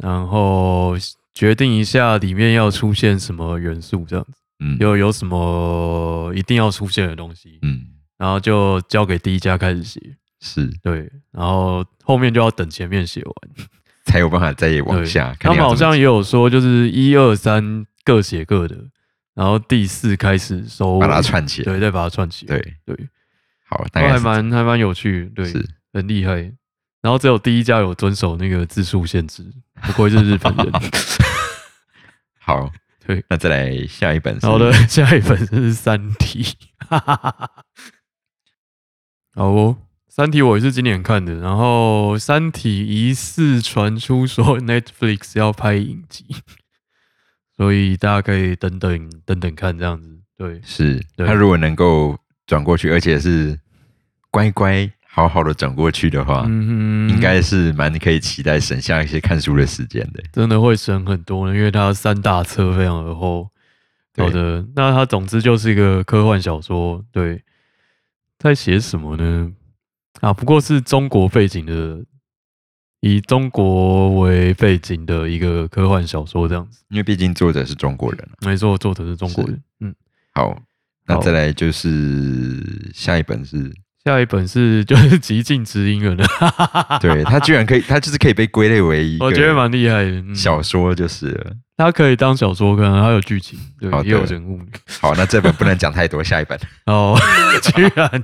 Speaker 2: 然后决定一下里面要出现什么元素，这样子
Speaker 1: 嗯，
Speaker 2: 有有什么一定要出现的东西，
Speaker 1: 嗯
Speaker 2: 然后就交给第一家开始写。
Speaker 1: 是
Speaker 2: 对，然后后面就要等前面写完。
Speaker 1: 才有办法再往
Speaker 2: 对
Speaker 1: 下。看
Speaker 2: 他
Speaker 1: 你
Speaker 2: 们
Speaker 1: 要
Speaker 2: 好
Speaker 1: 怎么
Speaker 2: 像也有说，就是一二三各写各的，然后第四开始收尾，
Speaker 1: 把它串起来。
Speaker 2: 对，再把它串起来，
Speaker 1: 对，
Speaker 2: 对，
Speaker 1: 好，大
Speaker 2: 都
Speaker 1: 概
Speaker 2: 哦还
Speaker 1: 是
Speaker 2: 蛮还蛮有趣的，对，
Speaker 1: 是
Speaker 2: 很厉害。然后只有第一家有遵守那个字数限制，不愧是 日本人。
Speaker 1: 好。
Speaker 2: 对，
Speaker 1: 那再来下一本是。
Speaker 2: 然后呢，下一本是《三体》，好哦，《三体》我也是今年看的。然后，《三体》疑似传出说 Netflix 要拍影集，所以大家可以等等等等看这样子。对
Speaker 1: 是
Speaker 2: 对
Speaker 1: 他如果能够转过去，而且是乖乖好好的转过去的话，
Speaker 2: 嗯哼
Speaker 1: 应该是蛮可以期待省下一些看书的时间的。
Speaker 2: 真的会省很多呢，因为它三大册非常而厚。
Speaker 1: 对
Speaker 2: 好的，那它总之就是一个科幻小说，对，在写什么呢？啊，不过是中国背景的，以中国为背景的一个科幻小说这样子。
Speaker 1: 因为毕竟作者是中国人啊
Speaker 2: 没错，作者是中国
Speaker 1: 是
Speaker 2: 人。嗯，
Speaker 1: 好，那
Speaker 2: 好
Speaker 1: 再来就是下一本 是，
Speaker 2: 下一本是 就是《极尽之音》了呢，
Speaker 1: 对他居然可以，他就是可以被归类为 一个
Speaker 2: 我觉得蛮厉害的。嗯、
Speaker 1: 小说，就是了
Speaker 2: 它可以当小说看，它有剧情，对
Speaker 1: 好，
Speaker 2: 也有
Speaker 1: 的
Speaker 2: 人物。
Speaker 1: 好，那这本不能讲太多，下 一本
Speaker 2: 哦，居然《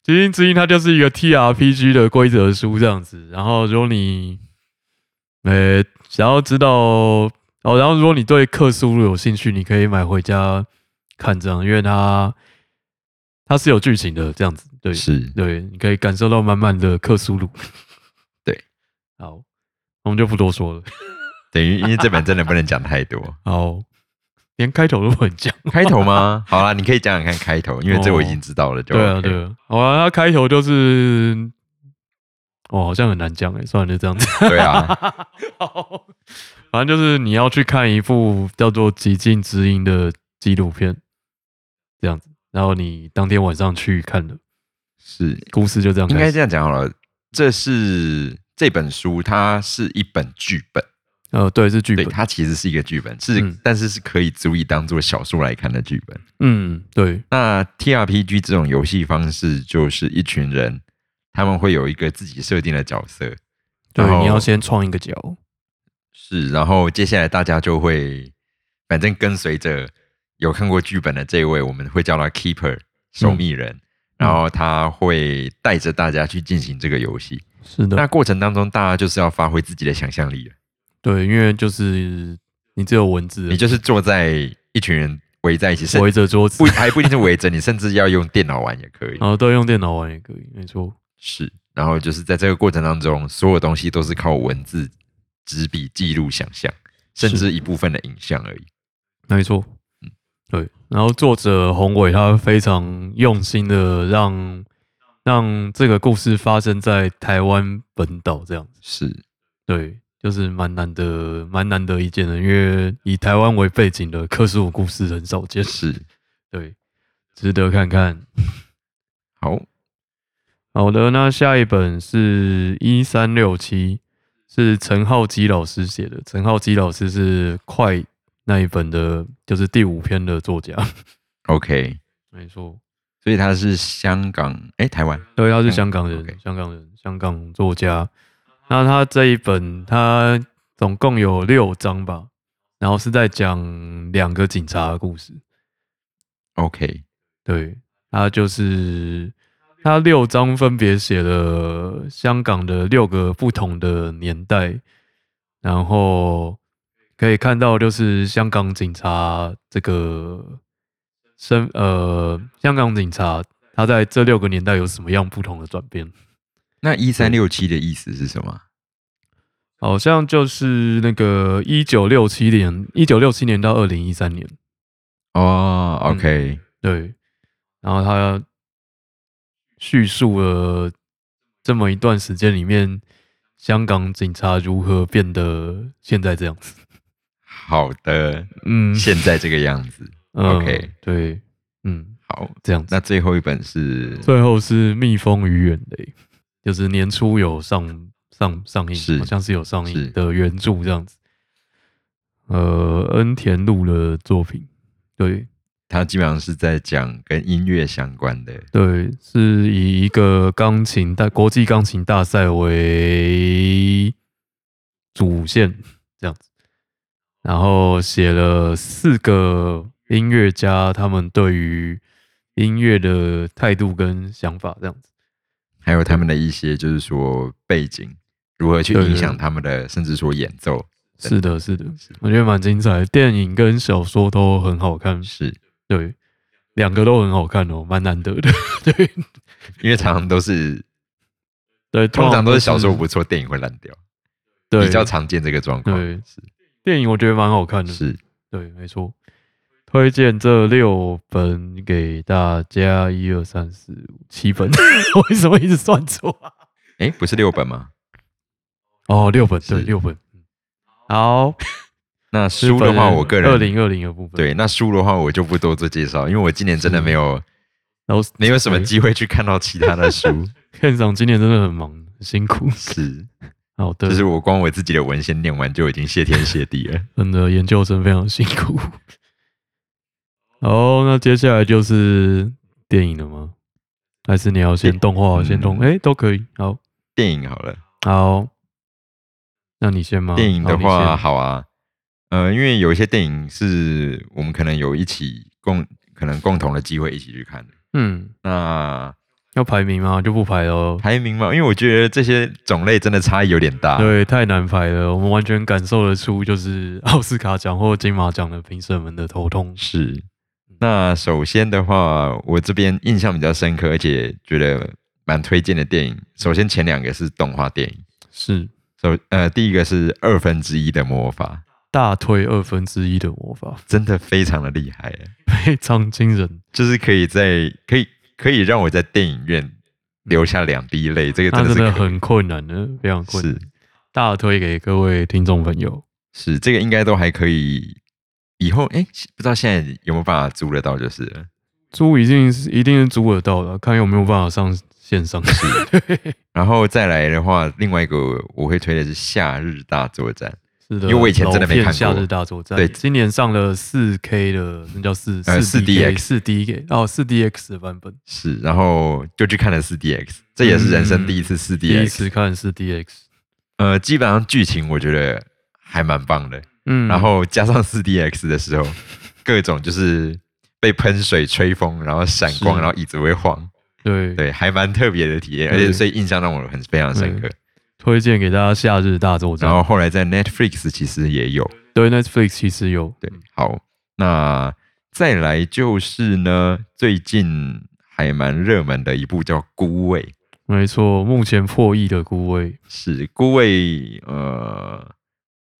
Speaker 2: 极境之音》它就是一个 TRPG 的规则书这样子。然后如果你呃想要知道哦，然后如果你对克苏鲁有兴趣，你可以买回家看这样，因为它它是有剧情的这样子。对
Speaker 1: 是
Speaker 2: 对，你可以感受到满满的克苏鲁。
Speaker 1: 对，
Speaker 2: 好，我们就不多说了。。
Speaker 1: 等于因为这本真的不能讲太多
Speaker 2: 好，连开头都不能讲。
Speaker 1: 开头吗？好啦，你可以讲讲看开头，因为这我已经知道了，就
Speaker 2: 对啊，
Speaker 1: OK
Speaker 2: 对啊，好啊，它开头就是，哦，好像很难讲哎，算了，就这样子。
Speaker 1: 对啊，
Speaker 2: 好，反正就是你要去看一部叫做《极尽之音》的纪录片，这样子，然后你当天晚上去看的，
Speaker 1: 是
Speaker 2: 故事就这样
Speaker 1: 应该
Speaker 2: 开始。
Speaker 1: 这样讲好了，这是这本书，它是一本剧本，
Speaker 2: 呃，对，是剧
Speaker 1: 对，
Speaker 2: 本。
Speaker 1: 它其实是一个剧本，是、
Speaker 2: 嗯
Speaker 1: 但是是可以足以当做小说来看的剧本。
Speaker 2: 嗯，对，
Speaker 1: 那 TRPG 这种游戏方式，就是一群人他们会有一个自己设定的角色，
Speaker 2: 对
Speaker 1: 然，后
Speaker 2: 你要先创一个角。
Speaker 1: 是，然后接下来大家就会，反正跟随着有看过剧本的这一位，我们会叫他 Keeper 守密人，然后他会带着大家去进行这个游戏。
Speaker 2: 是
Speaker 1: 那
Speaker 2: 的，
Speaker 1: 过程当中，大家就是要发挥自己的想象力了。
Speaker 2: 对，因为就是你只有文字，
Speaker 1: 你就是坐在一群人围在一起，甚
Speaker 2: 围着桌子
Speaker 1: 不，还不一定是围着你，甚至要用电脑玩也可以。
Speaker 2: 然后都用电脑玩也可以，没错。
Speaker 1: 是，然后就是在这个过程当中，所有东西都是靠文字、纸笔记录、想象，甚
Speaker 2: 是
Speaker 1: 至一部分的影像而已。
Speaker 2: 没错，对。然后作者宏伟他非常用心的让让这个故事发生在台湾本岛这样子，
Speaker 1: 是，
Speaker 2: 对，就是蛮难得蛮难得一见的，因为以台湾为背景的克苏鲁故事很少见，
Speaker 1: 是，
Speaker 2: 对，值得看看。
Speaker 1: 好，
Speaker 2: 好的，那下一本是一三六七，是陈浩基老师写的。陈浩基老师是快那一本的，就是第五篇的作家。
Speaker 1: OK，
Speaker 2: 没错，
Speaker 1: 所以他是香港，哎、台湾
Speaker 2: 对，他是
Speaker 1: 嗯
Speaker 2: 香港人，
Speaker 1: OK
Speaker 2: 香港人，香港作家。那他这一本，他总共有六章吧，然后是在讲两个警察的故事。
Speaker 1: ，OK，
Speaker 2: 对，他就是他六章分别写了香港的六个不同的年代，然后可以看到，就是香港警察这个身呃，香港警察他在这六个年代有什么样不同的转变？
Speaker 1: 那一三六七的意思是什么？
Speaker 2: 好像就是那个一九六七年，一九六七年到二零一三年，嗯
Speaker 1: 哦、o k
Speaker 2: 对，然后他叙述了这么一段时间里面，香港警察如何变得现在这样子。
Speaker 1: 好的，
Speaker 2: 嗯
Speaker 1: 现在这个样子。
Speaker 2: 嗯
Speaker 1: OK
Speaker 2: 对，嗯，
Speaker 1: 好，
Speaker 2: 这样子。
Speaker 1: 那最后一本是
Speaker 2: 最后是《蜜蜂与远雷》，就是年初有上上上映，
Speaker 1: 是
Speaker 2: 好像是有上
Speaker 1: 是
Speaker 2: 映的原著这样子。呃，恩田路的作品，对
Speaker 1: 它基本上是在讲跟音乐相关的，
Speaker 2: 对，是以一个钢琴大国际钢琴大赛为主线这样子，然后写了四个音乐家他们对于音乐的态度跟想法这样子。
Speaker 1: 还有他们的一些就是说背景如何去
Speaker 2: 对对
Speaker 1: 影响他们的，甚至说演奏
Speaker 2: 是的，是的，我觉得蛮精彩的。电影跟小说都很好看，
Speaker 1: 是。
Speaker 2: 对，两个都很好看哦，蛮难得的。 对
Speaker 1: 因为常常都是，
Speaker 2: 对，
Speaker 1: 通常都是
Speaker 2: 是
Speaker 1: 小说不错，电影会烂掉，
Speaker 2: 对
Speaker 1: 比较常见这个状况。
Speaker 2: 对电影，我觉得蛮好看的。
Speaker 1: 是是，
Speaker 2: 对，没错。推荐这六本给大家，一二三四五七 本。为什么一直算错啊？
Speaker 1: 哎，不是六本吗？
Speaker 2: 哦，六本，
Speaker 1: 是
Speaker 2: 对，六本。好，
Speaker 1: 那书的话，我个人
Speaker 2: 二零二零的部分，
Speaker 1: 对，那书的话我就不多做介绍，因为我今年真的没有
Speaker 2: 然后
Speaker 1: 没有什么
Speaker 2: 对
Speaker 1: 机会去看到其他的 书。
Speaker 2: 片长今年真的很忙，很辛苦。
Speaker 1: 是，
Speaker 2: 好的，
Speaker 1: 就是我光我自己的文献念完就已经谢天谢地了。
Speaker 2: 真的研究生非常辛苦。好，那接下来就是电影了吗？还是你要先动画，
Speaker 1: 嗯
Speaker 2: 先动？哎、都可以。好，
Speaker 1: 电影好了，
Speaker 2: 好，那你先吗？
Speaker 1: 电影的
Speaker 2: 啊好你
Speaker 1: 话
Speaker 2: 先
Speaker 1: 好啊，呃，因为有一些电影是我们可能有一起共可能共同的机会一起去看的。
Speaker 2: 嗯，
Speaker 1: 那
Speaker 2: 要排名吗？就不排喽。
Speaker 1: 排名嘛，因为我觉得这些种类真的差异有点大。
Speaker 2: 对，太难排了，我们完全感受得出，就是 奥斯卡奖或金马奖的评审们的头痛。
Speaker 1: 是，那首先的话，我这边印象比较深刻，而且觉得蛮推荐的电影。首先前两个是动画电影，
Speaker 2: 是
Speaker 1: 首呃第一个是二分之一的魔法，
Speaker 2: 大推二分之一的 魔法，
Speaker 1: 真的非常的厉害耶，
Speaker 2: 非常惊人。
Speaker 1: 就是可以在可以可以让我在电影院流下两滴泪，这个
Speaker 2: 那
Speaker 1: 真的
Speaker 2: 嗯啊真
Speaker 1: 是
Speaker 2: 的
Speaker 1: 可
Speaker 2: 很困难的，非常困难
Speaker 1: 是。
Speaker 2: 大推给各位听众朋友。
Speaker 1: 是这个应该都还可以。以后哎，不知道现在有没有办法租得到，就是了
Speaker 2: 租一定是一定是租得到的，看有没有办法上线上市。
Speaker 1: 然后再来的话，另外一个我会推的是《夏日大作战》。
Speaker 2: 是的，
Speaker 1: 因为我以前真的没看过
Speaker 2: 老片夏日大作战》。
Speaker 1: 对
Speaker 2: 今年上了四 K 的，那叫四
Speaker 1: 呃
Speaker 2: 四
Speaker 1: 4DX
Speaker 2: 四 D 给哦四 DX 的版本，
Speaker 1: 是，然后就去看了四 DX，这也是人生第一次四
Speaker 2: 嗯第一次
Speaker 1: DX、
Speaker 2: 看四 DX。
Speaker 1: 呃，基本上剧情我觉得还蛮棒的，
Speaker 2: 嗯
Speaker 1: 然后加上四 DX 的时候，各种就是被喷水、吹风，然后闪光，
Speaker 2: 是
Speaker 1: 然后椅子会晃，
Speaker 2: 对
Speaker 1: 对，还蛮特别的体验，而
Speaker 2: 对
Speaker 1: 且所以印象让我很非常
Speaker 2: 嗯
Speaker 1: 深刻。
Speaker 2: 推荐给大家《夏日大作战
Speaker 1: 然》。后后来在 Netflix 其实也有，
Speaker 2: 对 Netflix 其实有
Speaker 1: 对，好，那再来就是呢，最近还蛮热门的一部叫《孤味》。
Speaker 2: 没错，目前破亿的孤位
Speaker 1: 是孤味，呃，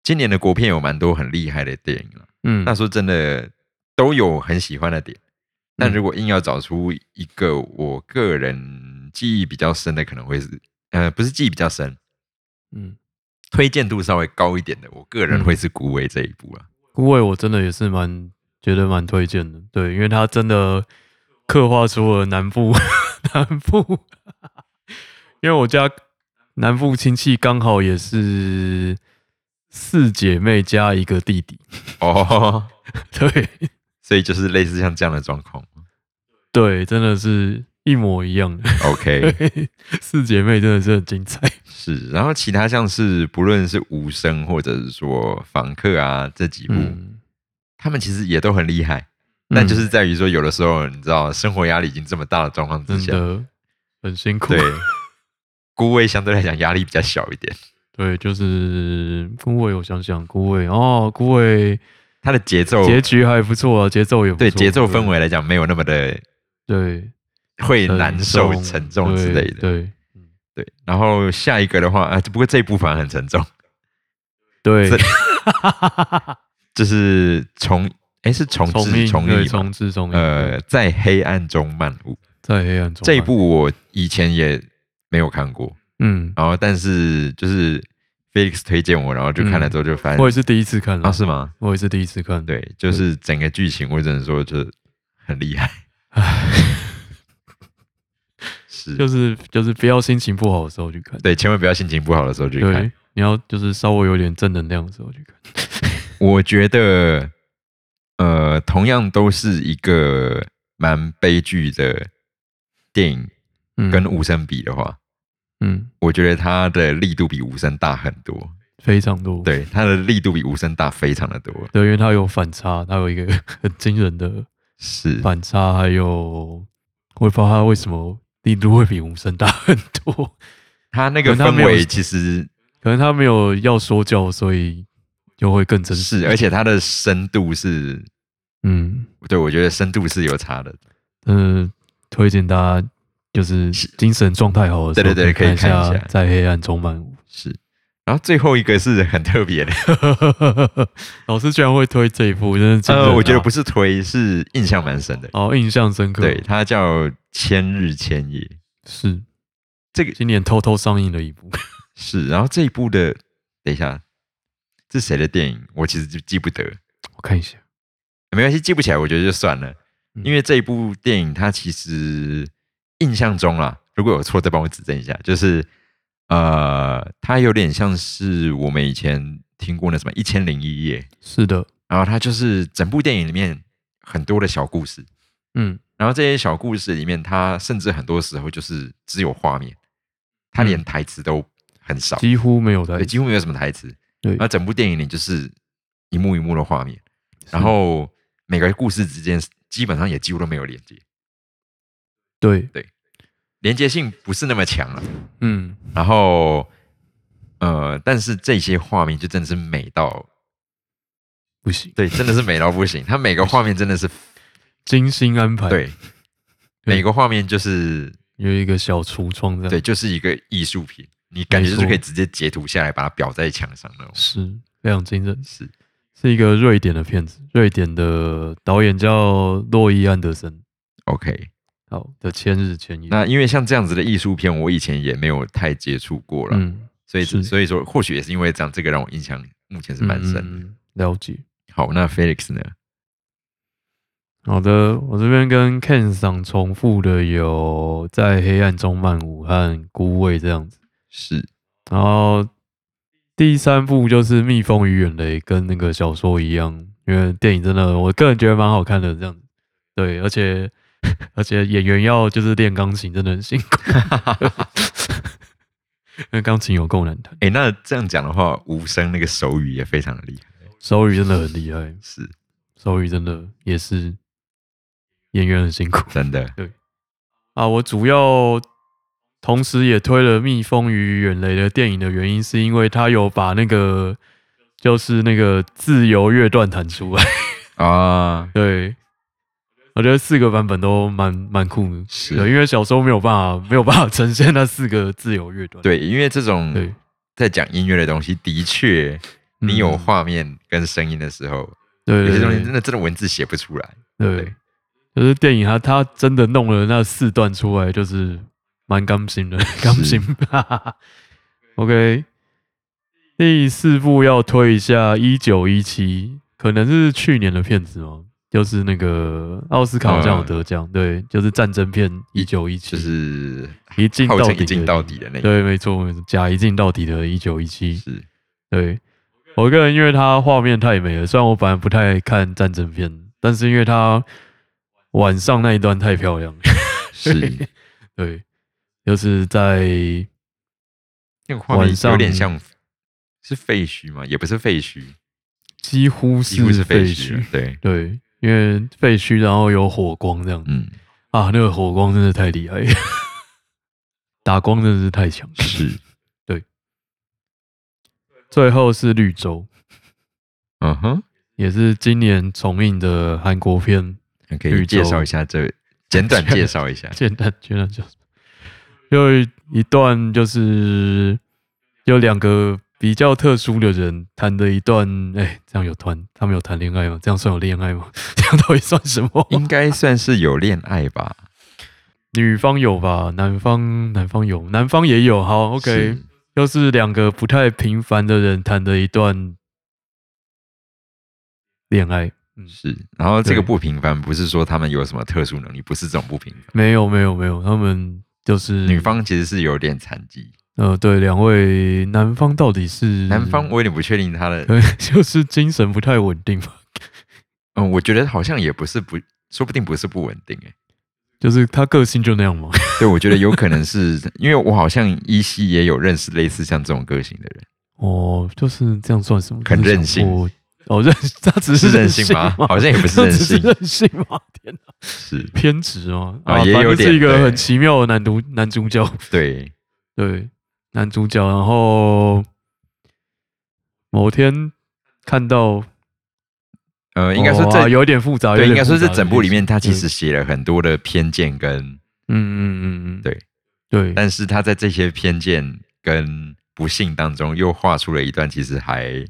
Speaker 1: 今年的国片有蛮多很厉害的电影了。
Speaker 2: 嗯
Speaker 1: 那说真的，都有很喜欢的点，但
Speaker 2: 嗯
Speaker 1: 如果硬要找出一个我个人记忆比较深的，可能会是，呃，不是记忆比较深，
Speaker 2: 嗯，
Speaker 1: 推荐度稍微高一点的，我个人会是孤味这一部啊。
Speaker 2: 孤位我真的也是蛮觉得蛮推荐的，对，因为它真的刻画出了南部 南部， 因为我家南部亲戚刚好也是四姐妹加一个弟 弟，
Speaker 1: 哦，
Speaker 2: 对
Speaker 1: 所以就是类似像这样的状况。
Speaker 2: 对，真的是一模一样的，
Speaker 1: OK，
Speaker 2: 对，四姐妹真的是很精彩，
Speaker 1: 是，然后其他像是不论是无声或者是说房客啊这几部，
Speaker 2: 嗯，
Speaker 1: 他们其实也都很厉害。但就是在于说，有的时候你知道，生活压力已经这么大的状况之
Speaker 2: 真
Speaker 1: 下，
Speaker 2: 的很辛苦，
Speaker 1: 对，孤位相对来讲压力比较小一点。
Speaker 2: 对，就是孤味，我想想，孤味哦，孤味
Speaker 1: 它的节奏
Speaker 2: 结局还不错啊，节奏也不错，
Speaker 1: 哦对节奏氛围来讲没有那么的
Speaker 2: 对
Speaker 1: 会
Speaker 2: 很
Speaker 1: 难受、
Speaker 2: 重
Speaker 1: 沉重之类的。
Speaker 2: 对对
Speaker 1: 对，然后下一个的话，啊，不过这一部反而很沉重，
Speaker 2: 对，
Speaker 1: 这就是从哎是重
Speaker 2: 重
Speaker 1: 置
Speaker 2: 映
Speaker 1: 重
Speaker 2: 对
Speaker 1: 映嘛
Speaker 2: 重置重映，
Speaker 1: 呃
Speaker 2: 对，
Speaker 1: 在黑暗中漫舞
Speaker 2: 在黑暗中
Speaker 1: 这一
Speaker 2: 漫，
Speaker 1: 部我以前也没有看过，
Speaker 2: 嗯，
Speaker 1: 然后但是就是 Felix 推荐我，然后就看
Speaker 2: 嗯
Speaker 1: 了之后就发现
Speaker 2: 我也是第一次看
Speaker 1: 啊
Speaker 2: 了，
Speaker 1: 是吗？
Speaker 2: 我也哦是第嗯一次看，，啊
Speaker 1: 对，就是整个剧情我只能说就是很厉害， 是
Speaker 2: 就是就是不要心情不好的时候去看，
Speaker 1: 对，千万不要心情不好的时候去看
Speaker 2: 对。，你要就是稍微有点正能量的时候去看，
Speaker 1: 我觉得，呃，同样都是一个蛮悲剧的电影，
Speaker 2: 嗯，
Speaker 1: 跟无声比的话，
Speaker 2: 嗯
Speaker 1: 我觉得它的力度比无声大很多。
Speaker 2: 非常多，
Speaker 1: 对，它的力度比无声大非常的多。
Speaker 2: 对，因为它有反差，它有一个 很惊人的
Speaker 1: 是，
Speaker 2: 反差，还有我也不知道它为什么力度会比无声大很多，
Speaker 1: 它那个
Speaker 2: 可能它没
Speaker 1: 氛
Speaker 2: 有
Speaker 1: 围其实
Speaker 2: 可能它没有要说教，所以就会更真实。
Speaker 1: 是，而且它的深度是，
Speaker 2: 嗯
Speaker 1: 对我觉得深度是有差的。
Speaker 2: 嗯，推荐大家就是精神状态好的时
Speaker 1: 对
Speaker 2: 候，
Speaker 1: 对对可以
Speaker 2: 看
Speaker 1: 看一
Speaker 2: 下
Speaker 1: 下
Speaker 2: 《在黑暗中漫舞。
Speaker 1: 是，然后最后一个是很特别的，》
Speaker 2: 老师居然会推这一部，真的惊人啊、
Speaker 1: 呃，我觉得不是推，是印象蛮深的。
Speaker 2: 哦，印象深刻。
Speaker 1: 对，它叫《千日千夜》。
Speaker 2: 是
Speaker 1: 这个
Speaker 2: 今年偷偷上映了一部，
Speaker 1: 是，然后这一部的，等一下，这是谁的电影？我其实就记不得，
Speaker 2: 我看一下。
Speaker 1: 没关系，记不起来，我觉得就算了。
Speaker 2: 嗯
Speaker 1: 因为这一部电影，它其实印象中啦，如果有错再帮我指正一下，就是呃，它有点像是我们以前听过那什么《一千零一夜》，
Speaker 2: 是的，
Speaker 1: 然后它就是整部电影里面很多的小故事，
Speaker 2: 嗯，
Speaker 1: 然后这些小故事里面，它甚至很多时候就是只有画面，它连台词都很少。
Speaker 2: 嗯几乎没有在
Speaker 1: 对，，几乎没有什么台词。
Speaker 2: 对
Speaker 1: 那整部电影里就是一幕一幕的画面，然后每个故事之间基本上也几乎都没有连接，
Speaker 2: 对，
Speaker 1: 连接性不是那么强了、
Speaker 2: 嗯，
Speaker 1: 然后，呃，但是这些画面就真的是美到，
Speaker 2: 不行，
Speaker 1: 对，真的是美到不行。它每个画面真 的是
Speaker 2: 精心安排，，
Speaker 1: 对，每个画面就是
Speaker 2: 有一个小橱窗这样，
Speaker 1: 对，，就是一个艺术品，你感觉就是
Speaker 2: 没错
Speaker 1: 可以直接截图下来，把它裱在墙上那种。
Speaker 2: 是非常惊人，
Speaker 1: 是，
Speaker 2: 是一个瑞典的片子，瑞典的导演叫洛伊·安德森，
Speaker 1: OK。
Speaker 2: 好的《千日千夜》，
Speaker 1: 那因为像这样子的艺术片，我以前也没有太接触过了。
Speaker 2: 嗯，
Speaker 1: 所以
Speaker 2: 是
Speaker 1: 所以说，或许也是因为这样，这个让我印象目前是蛮深的。
Speaker 2: 嗯嗯了解。
Speaker 1: 好，那 Felix 呢？
Speaker 2: 好的，我这边跟 Ken 上重复的有在黑暗中漫舞和孤味这样子，
Speaker 1: 是
Speaker 2: 然后第三部就是《蜜蜂与远雷》，跟那个小说一样，因为电影真的我个人觉得蛮好看的，这样子。对，而且 而且演员要就是练钢琴，真的很辛苦， 那钢琴有够难弹，
Speaker 1: 哎、那这样讲的话，无声那个手语也非常的厉害。
Speaker 2: 手语真的很厉害，
Speaker 1: 是
Speaker 2: 手语真的也是演员很辛苦
Speaker 1: 真的
Speaker 2: 啊。我主要同时也推了《蜜蜂与远雷》的电影的原因，是因为他有把那个就是那个自由乐段弹出来。
Speaker 1: 啊，
Speaker 2: 对，我觉得四个版本都蛮蛮酷的，
Speaker 1: 是
Speaker 2: 对因为小时候没有办法没有办法呈现那四个自由乐段。
Speaker 1: 对，因为这种
Speaker 2: 对，
Speaker 1: 在讲音乐的东西，的确，你有画面跟声音的时候，有
Speaker 2: 对
Speaker 1: 些
Speaker 2: 嗯对
Speaker 1: 东西
Speaker 2: 对
Speaker 1: 真的真的文字写不出来。
Speaker 2: 对，就是电影它它真的弄了那四段出来，就是蛮甘心的，甘心。哈哈哈 OK，第四部要推一下一九一七，可能是去年的片子哦。就是那个奥斯卡好像有得奖，对，就是战争片一九一七，
Speaker 1: 啊就是
Speaker 2: 一镜
Speaker 1: 号
Speaker 2: 到
Speaker 1: 称
Speaker 2: 底的
Speaker 1: 一镜到底的那个，
Speaker 2: 对，没错，没错，假一镜到底的1917。
Speaker 1: 是
Speaker 2: 对我个人，因为它画面太美了，虽然我本来不太看战争片，但是因为它晚上那一段太漂亮了。
Speaker 1: 是，
Speaker 2: 对，就是在
Speaker 1: 那个画面
Speaker 2: 晚上
Speaker 1: 有点像是废墟嘛，也不是废墟，
Speaker 2: 几乎
Speaker 1: 几乎
Speaker 2: 是
Speaker 1: 是
Speaker 2: 废
Speaker 1: 废墟
Speaker 2: 墟
Speaker 1: 了。， 对，
Speaker 2: 对，因为废墟，然后有火光这样
Speaker 1: 嗯，
Speaker 2: 啊，那个火光真的太厉 害，打光真的是太强。
Speaker 1: 是。
Speaker 2: 最后是绿洲，
Speaker 1: 嗯哼，
Speaker 2: 也是今年重映的韩国片，
Speaker 1: 你可以
Speaker 2: 绿洲。
Speaker 1: 介绍一下这，简短介绍一下
Speaker 2: 简单简单就是，有一一段就是有两个比较特殊的人谈的一段，哎、这样有谈，他们有谈恋爱吗？这样算有恋爱吗？ 这样到底算什么？
Speaker 1: 应该算是有恋爱吧
Speaker 2: 女方有吧，男方男方有，男方也有。好，OK，
Speaker 1: 是
Speaker 2: 就是两个不太平凡的人谈的一段恋爱。
Speaker 1: 是，然后这个
Speaker 2: 嗯对
Speaker 1: 不平凡，不是说他们有什么特殊能力，不是这种不平凡。
Speaker 2: 没有，没有，没有，他们就是
Speaker 1: 女。方其实是有点残疾，
Speaker 2: 呃，对，两位男方到底是
Speaker 1: 男方我有点不确定他的，
Speaker 2: 嗯对， 就是精神不太稳定吧。
Speaker 1: 嗯，我觉得好像也不是不，说不定不是不稳定哎、
Speaker 2: 就是他个性就那样嘛。
Speaker 1: 对，我觉得有可能是因为我好像依稀也有认识类似像这种个性的人，
Speaker 2: 哦，就是这样算什么？
Speaker 1: 很
Speaker 2: 就是想
Speaker 1: 任性
Speaker 2: 过。哦，任 他只
Speaker 1: 是任
Speaker 2: 任
Speaker 1: 性
Speaker 2: 吗
Speaker 1: 吗？？好像也不是
Speaker 2: 他
Speaker 1: 任
Speaker 2: 只是
Speaker 1: 性，
Speaker 2: 任性吗？天哪！
Speaker 1: 是
Speaker 2: 偏执哦，
Speaker 1: 啊
Speaker 2: 啊，
Speaker 1: 也
Speaker 2: 反
Speaker 1: 有
Speaker 2: 正
Speaker 1: 点
Speaker 2: 是一个
Speaker 1: 对
Speaker 2: 很奇妙的男主男主角，
Speaker 1: 对，
Speaker 2: 对，男主角。然后某天看到，
Speaker 1: 呃，应该说
Speaker 2: 哦
Speaker 1: 这、
Speaker 2: 啊有点复杂，
Speaker 1: 对，
Speaker 2: 有
Speaker 1: 应该
Speaker 2: 点
Speaker 1: 说
Speaker 2: 复
Speaker 1: 这
Speaker 2: 杂
Speaker 1: 整部里面，他其
Speaker 2: 对
Speaker 1: 实写了很多的偏见跟，
Speaker 2: 嗯嗯嗯嗯，
Speaker 1: 对
Speaker 2: 对
Speaker 1: 但是他在这些偏见跟不幸当中，又画出了一段其实还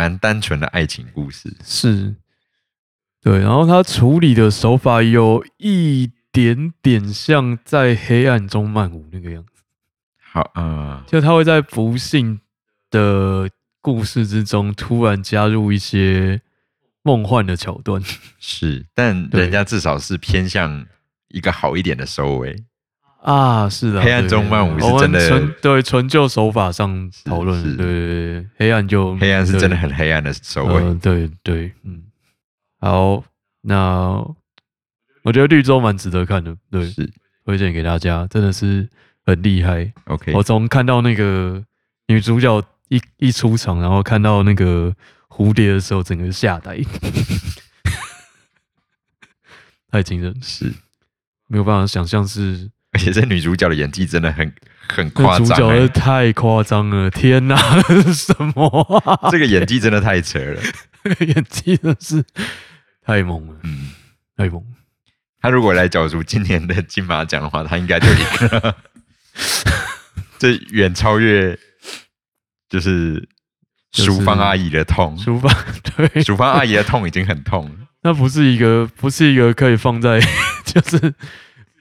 Speaker 1: 蛮单纯的爱情故事。
Speaker 2: 是，对。然后他处理的手法有一点点像在黑暗中漫舞那个样子，
Speaker 1: 好，呃，
Speaker 2: 就他会在不幸的故事之中突然加入一些梦幻的桥段。
Speaker 1: 是，但
Speaker 2: 对
Speaker 1: 人家至少是偏向一个好一点的收尾。
Speaker 2: 啊，是的，
Speaker 1: 黑暗中漫舞是真的
Speaker 2: 我们纯对纯就手法上讨论
Speaker 1: 是，
Speaker 2: 对对对，黑暗就
Speaker 1: 黑暗是真的很黑暗的收
Speaker 2: 对
Speaker 1: 尾。
Speaker 2: 呃对对，嗯，好，那我觉得绿洲蛮值得看的，对，
Speaker 1: 是
Speaker 2: 推荐给大家，真的是很厉害。
Speaker 1: OK，
Speaker 2: 我从看到那个女主角一一出场，然后看到那个蝴蝶的时候，整个吓呆， 太惊人，
Speaker 1: 是，
Speaker 2: 没有办法想象是
Speaker 1: 而且这女主角的演技真的很很
Speaker 2: 那
Speaker 1: 夸
Speaker 2: 主
Speaker 1: 张
Speaker 2: 角
Speaker 1: 欸、
Speaker 2: 也太夸张了，天哪，这是什么、 啊？
Speaker 1: 这个演技真的太扯了。
Speaker 2: 演技真是太猛了，
Speaker 1: 嗯，
Speaker 2: 太猛了！
Speaker 1: 她如果来角逐今年的金马奖的话，她应该就赢了。 这远超越就是
Speaker 2: 就是
Speaker 1: 淑芳阿姨的痛，
Speaker 2: 书法 对，
Speaker 1: 淑芳阿姨的痛已经很痛了。
Speaker 2: 那不是一个，不是一个可以放在， 就是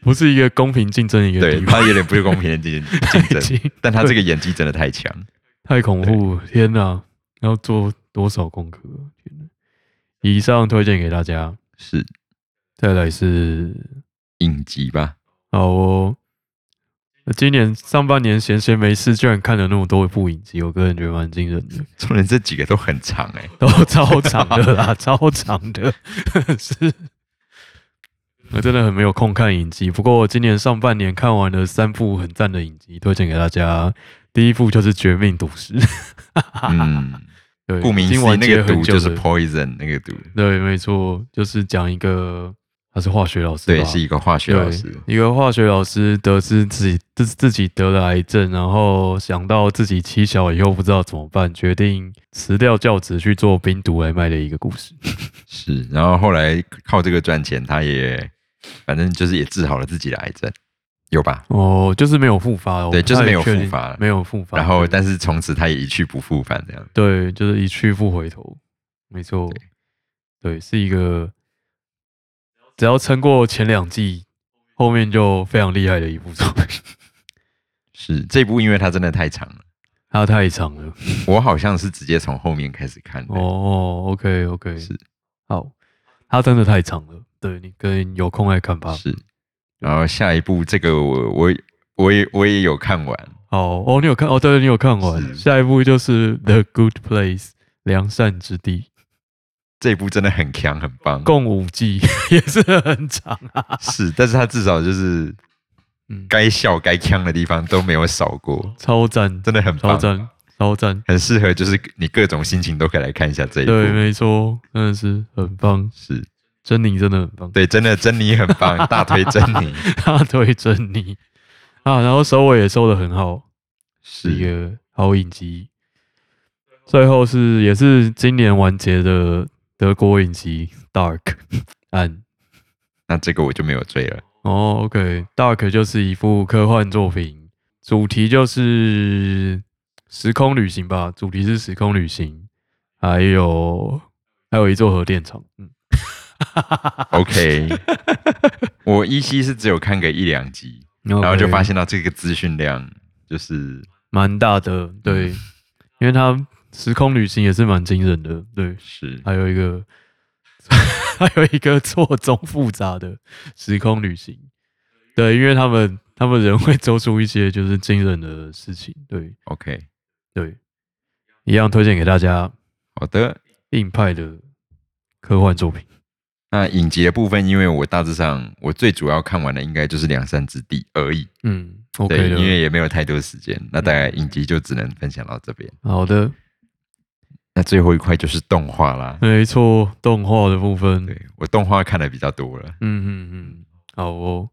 Speaker 2: 不是一个公平竞争的一个
Speaker 1: 对
Speaker 2: 地方，
Speaker 1: 她有点不公平的竞 竞
Speaker 2: 已
Speaker 1: 争，
Speaker 2: 经
Speaker 1: 但她这个演技真的太强。
Speaker 2: 太恐怖了，天哪！要做多少功课？天哪！以上推荐给大家，
Speaker 1: 是
Speaker 2: 再来是
Speaker 1: 影集吧？
Speaker 2: 好哦，呃今年上半年闲闲没事，居然看了那么多部影集，我个人觉得蛮惊人 的，
Speaker 1: 重点这几个都很长哎、
Speaker 2: 都超长的啦， 超长的，是。我真的很没有空看影集，不过我今年上半年看完了三部很赞的影集，推荐给大家。第一部就是《绝命毒师》，
Speaker 1: 嗯，
Speaker 2: 对，
Speaker 1: 顾名
Speaker 2: 已
Speaker 1: 思
Speaker 2: 经
Speaker 1: 义，
Speaker 2: 完
Speaker 1: 那
Speaker 2: 结
Speaker 1: 个
Speaker 2: 很
Speaker 1: 毒
Speaker 2: 久
Speaker 1: 就是
Speaker 2: 的
Speaker 1: poison 那个毒，
Speaker 2: 对，没错，就是讲一个他是化学老师吧，
Speaker 1: 对，是一个化学老
Speaker 2: 对
Speaker 1: 师，
Speaker 2: 一个化学老师得知自己自自己得了癌症，然后想到自己妻小以后不知道怎么办，决定辞掉教职去做冰毒来卖的一个故事。
Speaker 1: 是。然后后来靠这个赚钱，他也反正就是也治好了自己的癌症，有吧？
Speaker 2: 哦，就是没有复发哦，
Speaker 1: 对就是没有
Speaker 2: 我不太确定
Speaker 1: 复发
Speaker 2: 没有复发。
Speaker 1: 然后，
Speaker 2: 对
Speaker 1: 但是从此他也一去不复返，这样。
Speaker 2: 对，就是一去不回头，没错，对，是一个只要撑过前两季，后面就非常厉害的一部作品。
Speaker 1: 是这部，因为它真的太长了，
Speaker 2: 它太长了。
Speaker 1: 我好像是直接从后面开始看的。
Speaker 2: 哦，OK OK，
Speaker 1: 是
Speaker 2: 好，它真的太长了，对你跟有空来看吧。
Speaker 1: 是。然后下一部这个我我我也我也有看完，
Speaker 2: 好哦，你有看哦？对，你有看完。
Speaker 1: 是
Speaker 2: 下一部就是《The Good Place》良善之地，
Speaker 1: 这部真的很强，很棒。
Speaker 2: 共五 季也是很长啊，
Speaker 1: 是，但是他至少就是
Speaker 2: 嗯，
Speaker 1: 该笑该呛的地方都没有少过，
Speaker 2: 超赞，
Speaker 1: 真的很
Speaker 2: 超
Speaker 1: 棒，
Speaker 2: 赞，超赞。
Speaker 1: 很适合就是你各种心情都可以来看一下这一部。
Speaker 2: 对，没错，真的是很棒，
Speaker 1: 是
Speaker 2: 珍妮真的很棒，
Speaker 1: 对，真的珍妮很棒，大推珍 妮。
Speaker 2: 大推珍妮啊，然后收尾也收的很好，是一
Speaker 1: 是
Speaker 2: 个好影集。最后是也是今年完结的德国影集《Dark 暗》
Speaker 1: 那这个我就没有追了。
Speaker 2: 哦，OK，Dark、就是一部科幻作品，主题就是时空旅行吧，主题是时空旅行，还有还有一座核电厂，嗯，
Speaker 1: OK，我依稀是只有看个一两集，然后就发
Speaker 2: OK
Speaker 1: 现到这个资讯量就是
Speaker 2: 蛮大的， 对，因为它时空旅行也是蛮惊人的，对，
Speaker 1: 是
Speaker 2: 还有一个 还有一个错综复杂的时空旅行，对，因为他们他们人会做出一些就是惊人的事情，对
Speaker 1: OK。
Speaker 2: 对，一样推荐给大家
Speaker 1: 好的，
Speaker 2: 硬派的科幻作品，
Speaker 1: 那影集的部分，因为我大致上我最主要看完的应该就是《两山之地》而已，
Speaker 2: 嗯，OK
Speaker 1: 对，因为
Speaker 2: 的，
Speaker 1: 也没有太多时间，那大概影集就只能分享到这边。
Speaker 2: 好的，
Speaker 1: 那最后一块就是动画啦，
Speaker 2: 没错，动画的部分，
Speaker 1: 对我动画看的比较多了。
Speaker 2: 嗯嗯嗯，好哦，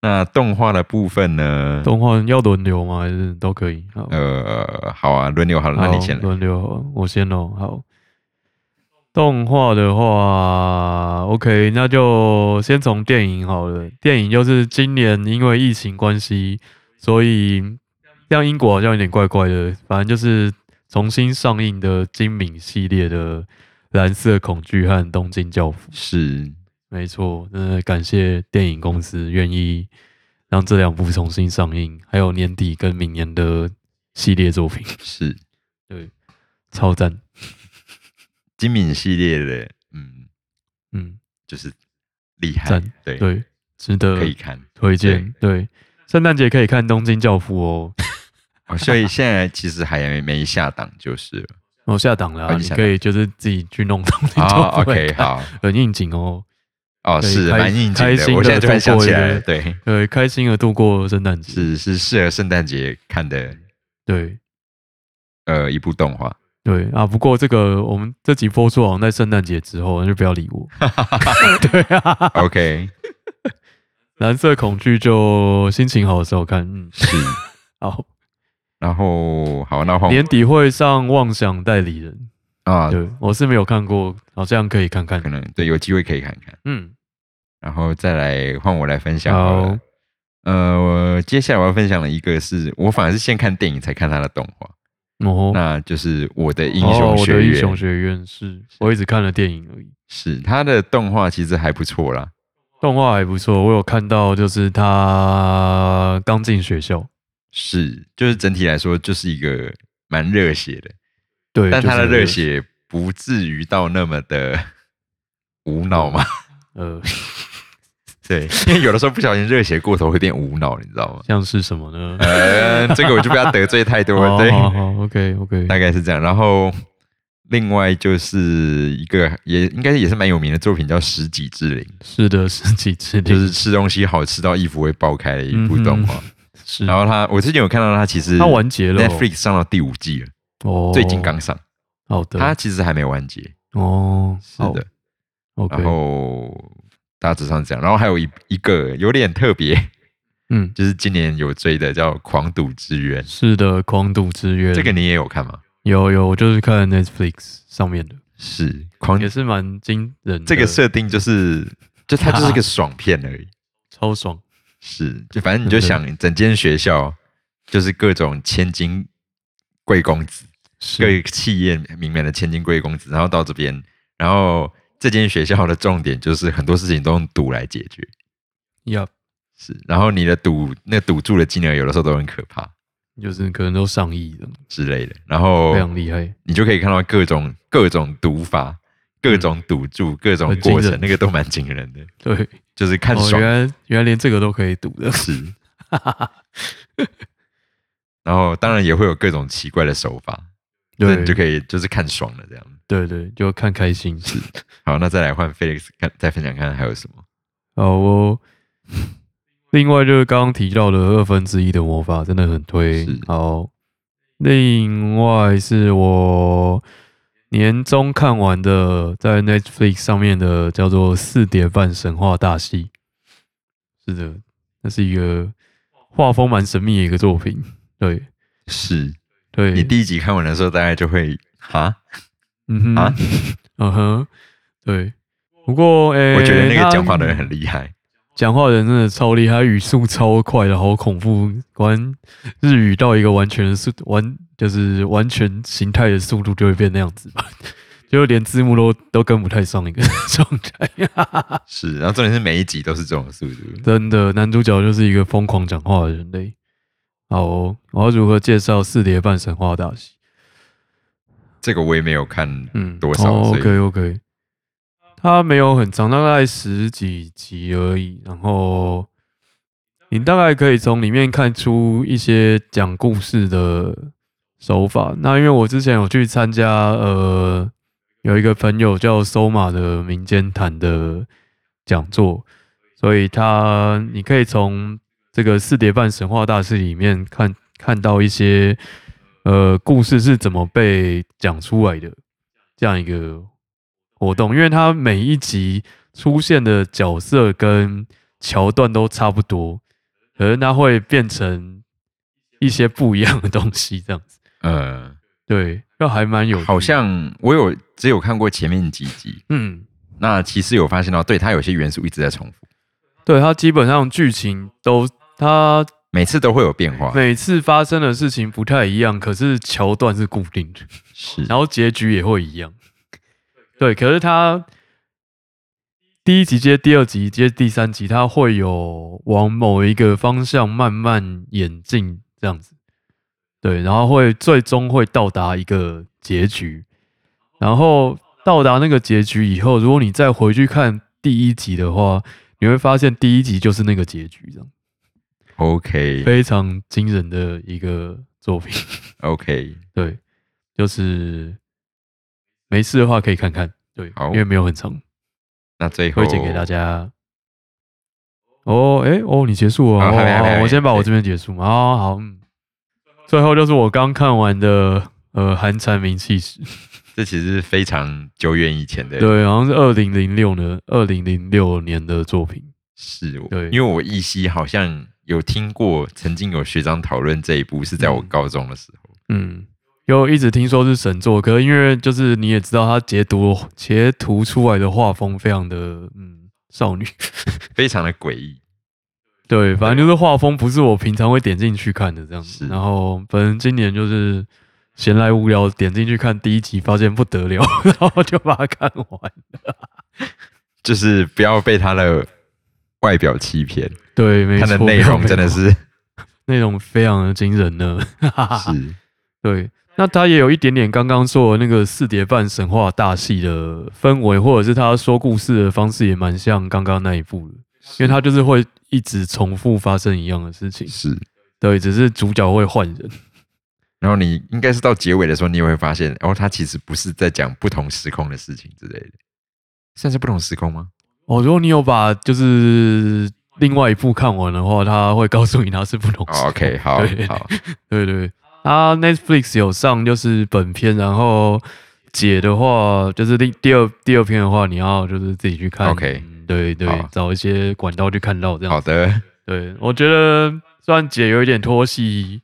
Speaker 1: 那动画的部分呢？
Speaker 2: 动画要轮流吗？还是都可以？好。
Speaker 1: 呃，好啊，轮流好了，那
Speaker 2: 好
Speaker 1: 你先来。
Speaker 2: 轮流好了，我先喽。好，动画的话，OK，那就先从电影好了。电影就是今年因为疫情关系，所以像英国好像有点怪怪的，反正就是重新上映的金敏系列的《蓝色恐惧》和《东京教父》。
Speaker 1: 是，
Speaker 2: 没错，那感谢电影公司愿意让这两部重新上映，还有年底跟明年的系列作品，
Speaker 1: 是
Speaker 2: 对，超赞。
Speaker 1: 金敏系列的，嗯，
Speaker 2: 嗯，
Speaker 1: 就是厉害
Speaker 2: 赞，
Speaker 1: 对，
Speaker 2: 对，呃值得
Speaker 1: 可以看。
Speaker 2: 推荐。对，圣诞节可以看《东京教父》哦，
Speaker 1: 哦，所以现在其实还没下档就是 了。
Speaker 2: 我下档了
Speaker 1: 哦
Speaker 2: 啊、
Speaker 1: 你
Speaker 2: 你
Speaker 1: 下档
Speaker 2: 可以就是自己去弄《东京
Speaker 1: 哦
Speaker 2: 教父》来
Speaker 1: ，OK，
Speaker 2: 看，
Speaker 1: 好，
Speaker 2: 很应景哦。
Speaker 1: 哦，
Speaker 2: 对
Speaker 1: 是
Speaker 2: 开
Speaker 1: 蛮应景
Speaker 2: 开心
Speaker 1: 的。
Speaker 2: 地
Speaker 1: 我现在突然想起来了，
Speaker 2: 度
Speaker 1: 对，
Speaker 2: 对，开心的度过圣诞节。
Speaker 1: 是是适合圣诞节看的，
Speaker 2: 对
Speaker 1: 呃，一部动 画。
Speaker 2: 对啊，不过这个我们这集播出好像在圣诞节之后，那就不要 理我。对啊，
Speaker 1: OK，
Speaker 2: 蓝色恐惧就心情好的时候看，嗯，
Speaker 1: 是。
Speaker 2: 好，
Speaker 1: 哦然后好，那换我
Speaker 2: 年底会上《妄想代理人
Speaker 1: 啊》，，
Speaker 2: 对我是没有看过，好像可以看看
Speaker 1: 可。能对有机会可以看看，
Speaker 2: 嗯，
Speaker 1: 然后再来换我来分享好了
Speaker 2: 好
Speaker 1: 呃，我接下来我要分享的一个是我反而是先看电影才看他的动画，
Speaker 2: 哦，
Speaker 1: 那就是我的英
Speaker 2: 哦
Speaker 1: 雄
Speaker 2: 我
Speaker 1: 学
Speaker 2: 的英
Speaker 1: 院，
Speaker 2: 雄学院是，我一直看了电影而已，
Speaker 1: 是他的动画其实还不错啦，
Speaker 2: 动画还不错，我有看到就是他刚进学校，
Speaker 1: 是就是整体来说就是一个蛮热血的，
Speaker 2: 对，
Speaker 1: 但
Speaker 2: 就
Speaker 1: 他的
Speaker 2: 是
Speaker 1: 热，血不至于到那么 的无脑嘛，
Speaker 2: 呃，
Speaker 1: 对，因为有的时候不小心热血过头会变无脑，你知 道吗？
Speaker 2: 像是什么呢？哦
Speaker 1: 呃，这个我就不要得罪太多 了，对，
Speaker 2: 好好，OK OK，
Speaker 1: 大概是这样。然后另外就是一个也应该也是蛮有名的作品，叫《十几之灵
Speaker 2: 是的，是几次》，
Speaker 1: 就
Speaker 2: 就是
Speaker 1: 吃东西好吃到衣服会爆开的一部动画。
Speaker 2: 嗯是
Speaker 1: 然后它，我之前有看到它其实
Speaker 2: 它完结了哦
Speaker 1: Netflix 上到第五季了，
Speaker 2: 哦，
Speaker 1: 最近刚上，
Speaker 2: 好的，
Speaker 1: 它其实还没完结。
Speaker 2: 哦，
Speaker 1: 是
Speaker 2: 好
Speaker 1: 的，
Speaker 2: ，OK，
Speaker 1: 然后大致上是这样。然后还有一一个有点特别，
Speaker 2: 嗯，
Speaker 1: 就是今年有追的叫《狂赌之渊》，
Speaker 2: 是的，《狂赌之渊》
Speaker 1: 这个你也有看吗？
Speaker 2: 有有，我就是看 Netflix 上面的，
Speaker 1: 是狂
Speaker 2: 也是蛮惊人的，
Speaker 1: 这个设定就是，就它就是个爽片而已。
Speaker 2: 超爽，
Speaker 1: 是，就反正你就 想，整间学校就是各种千金贵公子，各
Speaker 2: 是，
Speaker 1: 企业名门的千金贵公子，然后到这边，然后这间学校的重点就是很多事情都用赌来解决。
Speaker 2: 呀，
Speaker 1: 是，然后你的赌那赌注的金额有的时候都很可怕
Speaker 2: 就是可能都上亿了。
Speaker 1: 之类的，然后
Speaker 2: 非常厉害，
Speaker 1: 你就可以看到各种各种赌法、各种赌注、各种
Speaker 2: 很惊
Speaker 1: 过程
Speaker 2: 人，
Speaker 1: 那个都蛮惊人的，
Speaker 2: 对，
Speaker 1: 就是看
Speaker 2: 哦，
Speaker 1: 爽
Speaker 2: 原来原来连这个都可以赌的，
Speaker 1: 是， 然后当然也会有各种奇怪的手法，那
Speaker 2: 对，
Speaker 1: 你就可以就是看爽了这样。
Speaker 2: 对对，就看开心。
Speaker 1: 好，那再来换 Felix 看，再分享看还有什么？
Speaker 2: 好 哦，另外就是刚刚提到的二分之一的魔法，真的很推
Speaker 1: 是。
Speaker 2: 好，另外是我年中看完的，在 Netflix 上面的叫做《四叠半神话大戏》，是的，那是一个画风蛮神秘的一个作品，对。
Speaker 1: 是
Speaker 2: 对，
Speaker 1: 你第一集看完的时候，大概就会哈，
Speaker 2: 嗯哼
Speaker 1: 啊，
Speaker 2: 嗯哼，对。不过，诶、
Speaker 1: 我觉得那
Speaker 2: 他
Speaker 1: 个讲话的人很厉害，
Speaker 2: 讲话的人真的超厉害，语速超快的，好恐怖！果然日语到一个完全的速完就是完全形态的速度就会变那样子吧， 就连字幕都都跟不太上一个状态。啊
Speaker 1: 是。然后重点是每一集都是这种速度，
Speaker 2: 真的，男主角就是一个疯狂讲话的人类。好哦、我要如何介绍《四叠半神话大戏》？
Speaker 1: 这个我也没有看
Speaker 2: 嗯，
Speaker 1: 多少
Speaker 2: 哦
Speaker 1: 所以
Speaker 2: ？OK OK，它没有很长，大概十几集而已。然后你大概可以从里面看出一些讲故事的手法。那因为我之前有去参加，呃，有一个朋友叫 Soma 的民间谈的讲座，所以他你可以从这个四叠半神话大师里面看看到一些呃故事是怎么被讲出来的这样一个活动，因为它每一集出现的角色跟桥段都差不多，可是它会变成一些不一样的东西，这样子
Speaker 1: 呃，
Speaker 2: 对，就还蛮有趣的
Speaker 1: 好像我有只有看过前面几集，
Speaker 2: 嗯，
Speaker 1: 那其实有发现到，对它有些元素一直在重复，
Speaker 2: 对，它基本上剧情都它
Speaker 1: 每次都会有变化，
Speaker 2: 每次发生的事情不太一样，可是桥段是固定的。
Speaker 1: 是
Speaker 2: 然后结局也会一样。对，可是他第一集接第二集接第三集，他会有往某一个方向慢慢演进这样子。对，然后会最终会到达一个结局，然后到达那个结局以后，如果你再回去看第一集的话，你会发现第一集就是那个结局，这样
Speaker 1: OK
Speaker 2: 非常惊人的一个作品。
Speaker 1: OK，
Speaker 2: 对，就是没事的话可以看看，对，
Speaker 1: 好
Speaker 2: 因为没有很长，
Speaker 1: 那最后
Speaker 2: 推荐给大家。哦，哎，哦，你结束了，
Speaker 1: 啊
Speaker 2: 哦
Speaker 1: 还没还没还
Speaker 2: 好
Speaker 1: 没
Speaker 2: 我先把我这边结束嘛。哦，好，嗯，最后就是我刚看完的，呃，《寒蝉鸣泣 时》，
Speaker 1: 这其实是非常久远以前的，
Speaker 2: 对，好像是二零零六呢，二零零六年的作品，
Speaker 1: 是我
Speaker 2: 对
Speaker 1: 因为我依稀好像有听过，曾经有学长讨论这一部是在我
Speaker 2: 嗯
Speaker 1: 高中的时候，
Speaker 2: 嗯，又一直听说是神作，可是因为就是你也知道，他截图截图出来的画风非常的，嗯，少女。
Speaker 1: 非常的诡异。
Speaker 2: 对，反正就是画风不是我平常会点进去看的这样子。
Speaker 1: 是
Speaker 2: 然后反正今年就是闲来无聊，点进去看第一集，发现不得了， 然后就把它看完。
Speaker 1: 就是不要被他的外表欺骗，
Speaker 2: 对，没
Speaker 1: 他
Speaker 2: 错，
Speaker 1: 的内容真的是
Speaker 2: 内容非常的惊人呢。
Speaker 1: 是
Speaker 2: 对，那他也有一点点刚刚说的那个四叠半神话大戏的氛围，或者是他说故事的方式也蛮像刚刚那一部的，因为他就是会一直重复发生一样的事情。
Speaker 1: 是。
Speaker 2: 对，只是主角会换人。
Speaker 1: 然后你应该是到结尾的时候，你也会发现，哦，他其实不是在讲不同时空的事情之类的，算是不同时空吗？
Speaker 2: 哦，如果你有把就是另外一部看完的话，他会告诉你它是不同时
Speaker 1: 哦、OK，好
Speaker 2: 对
Speaker 1: 好，
Speaker 2: 对对，它 Netflix 有上就是本片，然后解的话就是第第二第二篇的话，你要就是自己去看。
Speaker 1: OK
Speaker 2: 嗯对对
Speaker 1: 好，
Speaker 2: 找一些管道去看到这样。
Speaker 1: 好的，
Speaker 2: 对，我觉得虽然解有一点拖戏，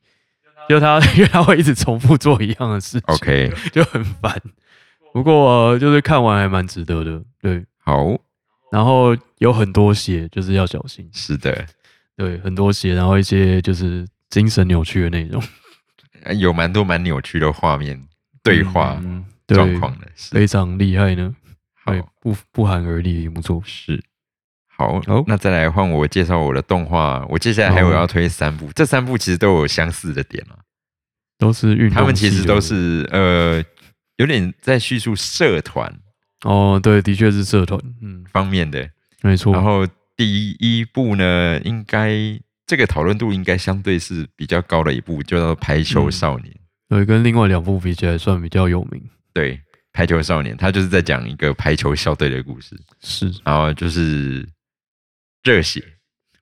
Speaker 2: 就他 因为他会一直重复做一样的事情
Speaker 1: OK
Speaker 2: 就很烦。不过、呃就是看完还蛮值得的，对。
Speaker 1: 好，
Speaker 2: 然后有很多血，就是要小心。
Speaker 1: 是的，
Speaker 2: 对，很多血，然后一些就是精神扭曲的内容
Speaker 1: 呃有蛮多蛮扭曲的画面对话
Speaker 2: 嗯对
Speaker 1: 状况的，是
Speaker 2: 非常厉害呢，
Speaker 1: 好
Speaker 2: 对，不不寒而栗的一部作品。
Speaker 1: 是。好
Speaker 2: 好，哦
Speaker 1: 那再来换我介绍我的动画。我接下来还有
Speaker 2: 好
Speaker 1: 要推三部，这三部其实都有相似的点啊。
Speaker 2: 都是运动系的，
Speaker 1: 他们其实都是呃，有点在叙述社团
Speaker 2: 哦，对，的确是社团，嗯，
Speaker 1: 方面的。
Speaker 2: 没错
Speaker 1: 然，后第一部呢，应该这个讨论度应该相对是比较高的一部，叫做《排
Speaker 2: 嗯
Speaker 1: 球少年》。
Speaker 2: 对，跟另外两部比起来算比较有名，
Speaker 1: 对，《排球少年》他就是在讲一个排球校队的故事，
Speaker 2: 是
Speaker 1: 然后就是热血。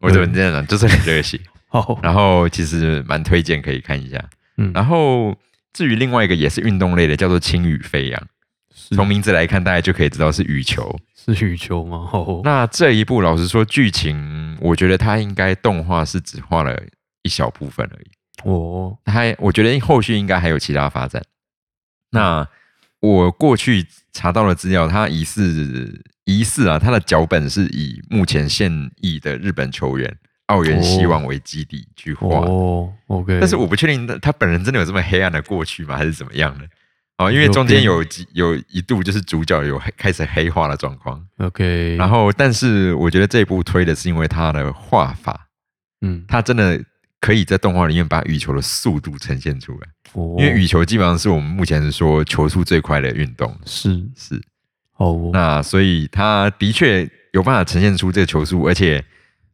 Speaker 1: 我怎么这样讲？就是很热血。
Speaker 2: 好，
Speaker 1: 然后其实蛮推荐可以看一下。
Speaker 2: 哦嗯，
Speaker 1: 然后至于另外一个也是运动类的，叫做《轻羽飞扬》，
Speaker 2: 是
Speaker 1: 从名字来看，大家就可以知道是羽球。
Speaker 2: 是羽球吗？哦好，
Speaker 1: 那这一部老实说，剧情我觉得它应该动画是只画了一小部分而已，
Speaker 2: 哦，
Speaker 1: 还我觉得后续应该还有其他发展。那
Speaker 2: 嗯
Speaker 1: 我过去查到的资料，他疑似疑似啊，他的脚本是以目前现役的日本球员奥原希望为基底去画，
Speaker 2: 哦，OK，
Speaker 1: 但是我不确定他他本人真的有这么黑暗的过去吗，还是怎么样的？哦，因为
Speaker 2: 有
Speaker 1: 中间
Speaker 2: 变
Speaker 1: 有几有一度就是主角有黑开始黑化的状况，
Speaker 2: OK，
Speaker 1: 然后但是我觉得这一部推的是因为他的画法，
Speaker 2: 嗯，
Speaker 1: 他真的可以在动画里面把羽球的速度呈现出来。
Speaker 2: 哦
Speaker 1: 因为羽球基本上是我们目前说球速最快的运动，
Speaker 2: 是
Speaker 1: 是
Speaker 2: 好哦，
Speaker 1: 那所以他的确有办法呈现出这个球速，而且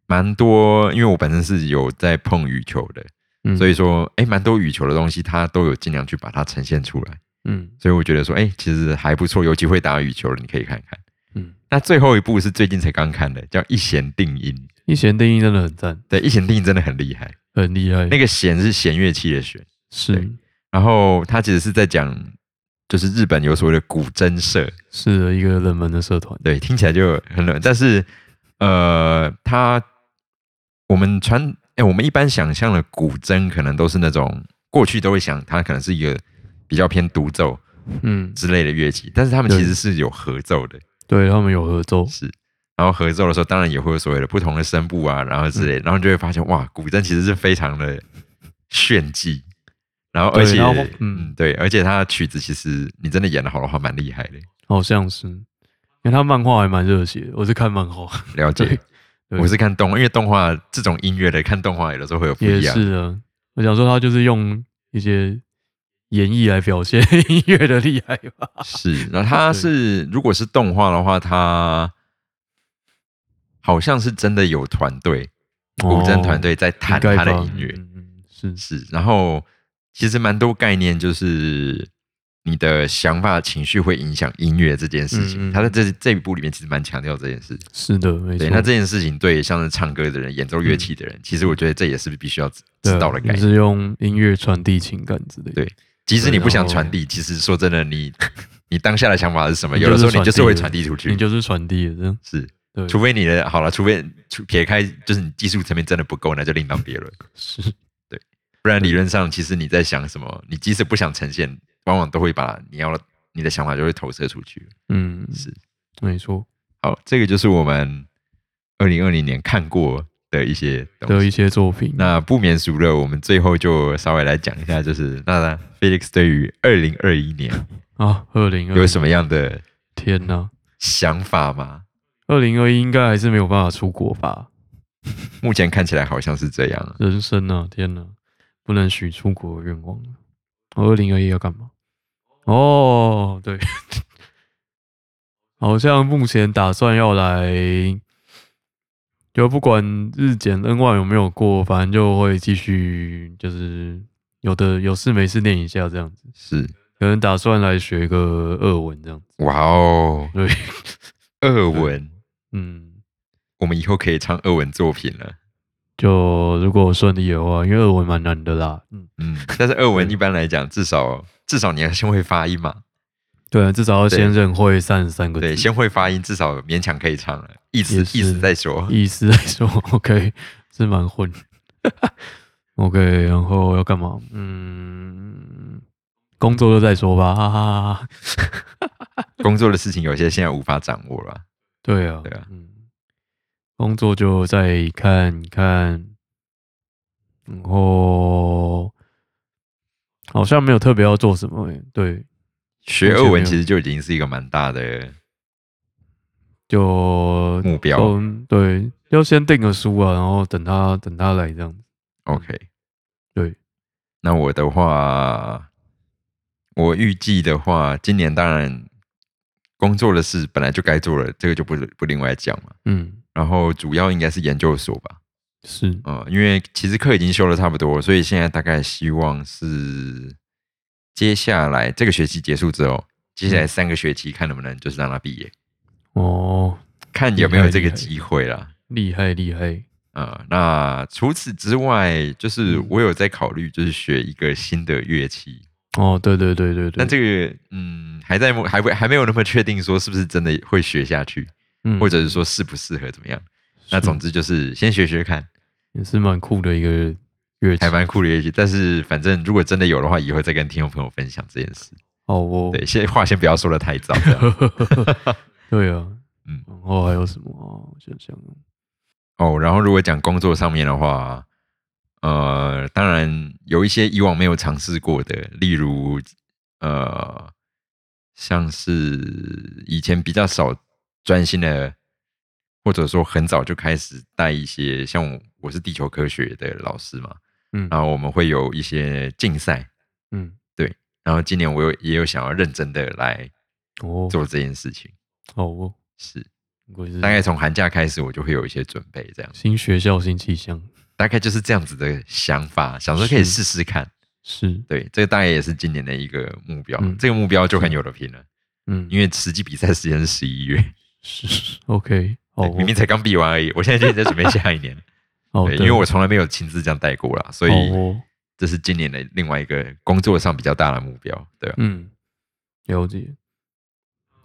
Speaker 1: 蛮多，因为我本身是有在碰羽球的，
Speaker 2: 嗯
Speaker 1: 所以说哎，诶蛮多羽球的东西他都有尽量去把它呈现出来，
Speaker 2: 嗯
Speaker 1: 所以我觉得说哎，其实还不错，尤其会打羽球的你可以看看。
Speaker 2: 嗯，
Speaker 1: 那最后一部是最近才刚看的，叫《一弦定音》。
Speaker 2: 一弦定音真的很赞，
Speaker 1: 对，《一弦定音》真的很厉害，
Speaker 2: 很厉害，
Speaker 1: 那个弦是弦乐器的弦。
Speaker 2: 是
Speaker 1: 然后他其实是在讲，就是日本有所谓的古筝社，
Speaker 2: 是的一个冷门的社团，
Speaker 1: 对，听起来就很冷，但是呃，他我们传哎、我们一般想象的古筝可能都是那种过去都会想它可能是一个比较偏独奏
Speaker 2: 嗯，
Speaker 1: 之类的乐器，但是他们其
Speaker 2: 对
Speaker 1: 实是有合奏的，
Speaker 2: 对他们有合奏，
Speaker 1: 是。然后合奏的时候，当然也会有所谓的不同的声部啊，然后之类的，然后你就会发现哇，古筝其实是非常的炫技，然后而
Speaker 2: 对
Speaker 1: 且
Speaker 2: 然后嗯
Speaker 1: 嗯对，而且它的曲子其实你真的演的好的话，蛮厉害的。
Speaker 2: 好像是，因为他漫画还蛮热血的，我是看漫画，
Speaker 1: 了解
Speaker 2: 对，对
Speaker 1: 我是看动画，因为动画这种音乐的看动画有的时候会有不
Speaker 2: 也
Speaker 1: 一样。
Speaker 2: 是的，我想说他就是用一些演绎来表现音乐的厉害吧，
Speaker 1: 是，然后它
Speaker 2: 对
Speaker 1: 是如果是动画的话，它好像是真的有团队， 古筝团队在
Speaker 2: 哦
Speaker 1: 弹
Speaker 2: 应该
Speaker 1: 它的
Speaker 2: 吧
Speaker 1: 音乐。
Speaker 2: 嗯嗯嗯是
Speaker 1: 是，然后其实蛮多概念就是你的想法、情绪会影响音乐这件事情。
Speaker 2: 嗯嗯
Speaker 1: 他在这这一部里面其实蛮强调这件事。
Speaker 2: 是的，没错嗯
Speaker 1: 对，，那这件事情对像是唱歌的人、演奏乐器的人，其实我觉得这也是必须要知
Speaker 2: 对啊
Speaker 1: 知道的概
Speaker 2: 就
Speaker 1: 念。
Speaker 2: 是用音乐传递情感之类的，
Speaker 1: 对即使你不想传递，其实说真的，你你当下的想法是什么，有的时候你就是会传递出去
Speaker 2: 你。就是传递的，这样
Speaker 1: 是，
Speaker 2: 对，
Speaker 1: 除非你的好了，除非除撇开就是你技术层面真的不够，那就另当别 论。
Speaker 2: 是
Speaker 1: 不然理论上，其实你在想什么，你即使不想呈现，往往都会把你要的你的想法就会投射出去。
Speaker 2: 嗯
Speaker 1: 是，
Speaker 2: 没错
Speaker 1: 好，这个就是我们二零二零年看过的一些东
Speaker 2: 的
Speaker 1: 西。
Speaker 2: 一些作品，
Speaker 1: 那不免俗了，我们最后就稍微来讲一下，就是那 Felix 对于二零二一年
Speaker 2: 啊，二零二
Speaker 1: 有什么样的
Speaker 2: 天呐，
Speaker 1: 想法吗？
Speaker 2: 二零二一应该还是没有办法出国吧？
Speaker 1: 目前看起来好像是这样啊。
Speaker 2: 人生啊，天呐，不能许出国的愿望啊！我二零二一要干嘛？哦，对，好像目前打算要来，就不管日检 N 万有没有过，反正就会继续，就是有的有事没事练一下这样子。
Speaker 1: 是，
Speaker 2: 可能打算来学个俄文这样子。
Speaker 1: 哇哦，
Speaker 2: 对，
Speaker 1: 俄文，
Speaker 2: 嗯，
Speaker 1: 我们以后可以唱俄文作品了。
Speaker 2: 就如果顺利的话，因为俄文蛮难的啦。嗯，
Speaker 1: 嗯，但是俄文一般来讲，至少至少你要先会发音嘛，
Speaker 2: 对，啊至少要先认会三十三个字。
Speaker 1: 对，先会发音，至少勉强可以唱了，意思
Speaker 2: 也是
Speaker 1: 意思再说。
Speaker 2: 意思来说，OK 是蛮混。OK，然后要干嘛？嗯，工作了再说吧， 哈哈哈哈。
Speaker 1: 工作的事情有些现在无法掌握了，
Speaker 2: 对啊，
Speaker 1: 对啊
Speaker 2: 嗯，工作就再看看，然后好像没有特别要做什么、欸，对，
Speaker 1: 学俄
Speaker 2: 目前没
Speaker 1: 文
Speaker 2: 有
Speaker 1: 其实就已经是一个蛮大的
Speaker 2: 就
Speaker 1: 目标。
Speaker 2: 嗯，对，要先订个书啊，然后等他等他来这样子。
Speaker 1: OK，
Speaker 2: 对，
Speaker 1: 那我的话，我预计的话，今年当然工作的事本来就该做了，这个就不不另外讲嘛。
Speaker 2: 嗯，
Speaker 1: 然后主要应该是研究所吧，
Speaker 2: 是
Speaker 1: 嗯，因为其实课已经修了差不多，所以现在大概希望是接下来这个学期结束之后，接
Speaker 2: 嗯
Speaker 1: 下来三个学期看能不能就是让他毕业，
Speaker 2: 哦，
Speaker 1: 看有没有这个
Speaker 2: 厉害厉害
Speaker 1: 机会啦。
Speaker 2: 厉害厉害，
Speaker 1: 啊、那除此之外，就是
Speaker 2: 嗯
Speaker 1: 我有在考虑，就是学一个新的乐器，
Speaker 2: 哦，对对对对对，
Speaker 1: 但这个嗯，还在还不还没有那么确定，说是不是真的会学下去，
Speaker 2: 嗯
Speaker 1: 或者是说适不适合怎么样。那
Speaker 2: 是
Speaker 1: 总之就是先学学看，
Speaker 2: 也是蛮酷的一个乐器
Speaker 1: 还。蛮酷的乐器。但是反正如果真的有的话，以后再跟听众朋友分享这件事。
Speaker 2: 好哦，
Speaker 1: 对，先话先不要说的太早。这样
Speaker 2: 对啊，
Speaker 1: 嗯
Speaker 2: 然后还有什么啊？我想想，
Speaker 1: 哦，然后如果讲工作上面的话，呃，当然有一些以往没有尝试过的，例如呃，像是以前比较少专心的，或者说很早就开始带一些，像我我是地球科学的老师嘛，
Speaker 2: 嗯
Speaker 1: 然后我们会有一些竞赛，
Speaker 2: 嗯，
Speaker 1: 然后今年我有也有想要认真的来
Speaker 2: 哦，
Speaker 1: 做这件事情，
Speaker 2: 好哦，
Speaker 1: 是
Speaker 2: 我是
Speaker 1: 大概从寒假开始我就会有一些准备，这样
Speaker 2: 新学校新气象，
Speaker 1: 大概就是这样子的想法，想说可以
Speaker 2: 是
Speaker 1: 试试看。
Speaker 2: 是，
Speaker 1: 对，这个大概也是今年的一个目标，
Speaker 2: 嗯
Speaker 1: 这个目标就很有的拼了，
Speaker 2: 嗯，
Speaker 1: 因为实际比赛时间是十一月，
Speaker 2: 是 OK，
Speaker 1: 对
Speaker 2: 好 哦，
Speaker 1: 明明才刚比完而已，我现在就已经在准备下一 年了。
Speaker 2: 好的，
Speaker 1: 对，因为我从来没有亲自这样带过啦，所以
Speaker 2: 好哦，
Speaker 1: 这是今年的另外一个工作上比较大的目标，对啊 吧？
Speaker 2: 嗯，了解。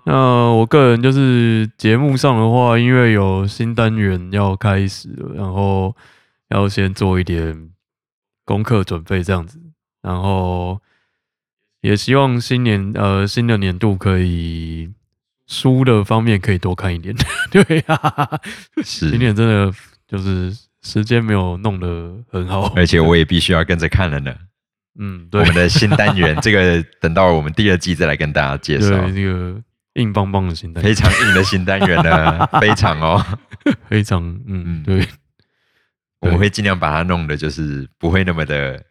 Speaker 2: 那我个人就是节目上的话，因为有新单元要开始了，然后要先做一点功课准备这样子，然后也希望新年呃新的年度可以书的方面可以多看一点， 对啊，
Speaker 1: 是
Speaker 2: 今，年真的就是时间没有弄得很好，
Speaker 1: 而且我也必须要跟着看了呢。
Speaker 2: 嗯，
Speaker 1: 我
Speaker 2: 对
Speaker 1: 们的新单元， 这个等到我们第二季再来跟大家介绍，
Speaker 2: 对，这个硬邦邦的新单元
Speaker 1: 啊非常硬的新单元 呢，非常哦。
Speaker 2: 非常
Speaker 1: 嗯
Speaker 2: 嗯对。
Speaker 1: 我们会尽量把它弄的，就是不会那么的，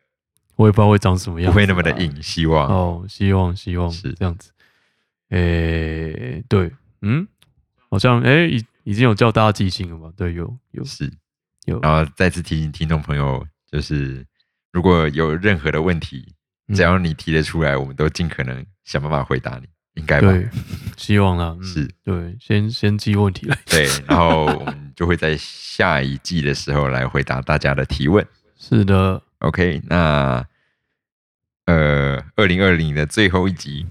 Speaker 2: 我也不知道会长什么样
Speaker 1: 不
Speaker 2: 子
Speaker 1: 会
Speaker 2: 啊，
Speaker 1: 那么的硬，希望。
Speaker 2: 哦。希望希望
Speaker 1: 是
Speaker 2: 这样子。诶、对，嗯，好像诶已、已经有叫大家记性了吧？对，有有
Speaker 1: 是，
Speaker 2: 有
Speaker 1: 然后再次提醒听众朋友，就是如果有任何的问题，
Speaker 2: 嗯
Speaker 1: 只要你提得出来，我们都尽可能想办法回答你，应该吧？
Speaker 2: 对，希望啦，嗯、
Speaker 1: 是，
Speaker 2: 对，先先记问题来，
Speaker 1: 对，然后我们就会在下一季的时候来回答大家的提问。
Speaker 2: 是的，
Speaker 1: OK，那呃，二零二零的最后一集，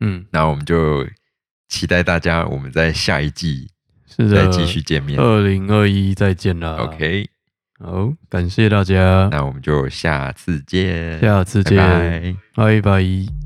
Speaker 2: 嗯，
Speaker 1: 那我们就期待大家我们在下一季
Speaker 2: 是
Speaker 1: 再
Speaker 2: 的，呃啊
Speaker 1: 继续见面。
Speaker 2: 二零二一再见啦
Speaker 1: OK，
Speaker 2: 好，感谢大家，
Speaker 1: 那我们就下次见，
Speaker 2: 下次见，
Speaker 1: 拜拜。
Speaker 2: 拜拜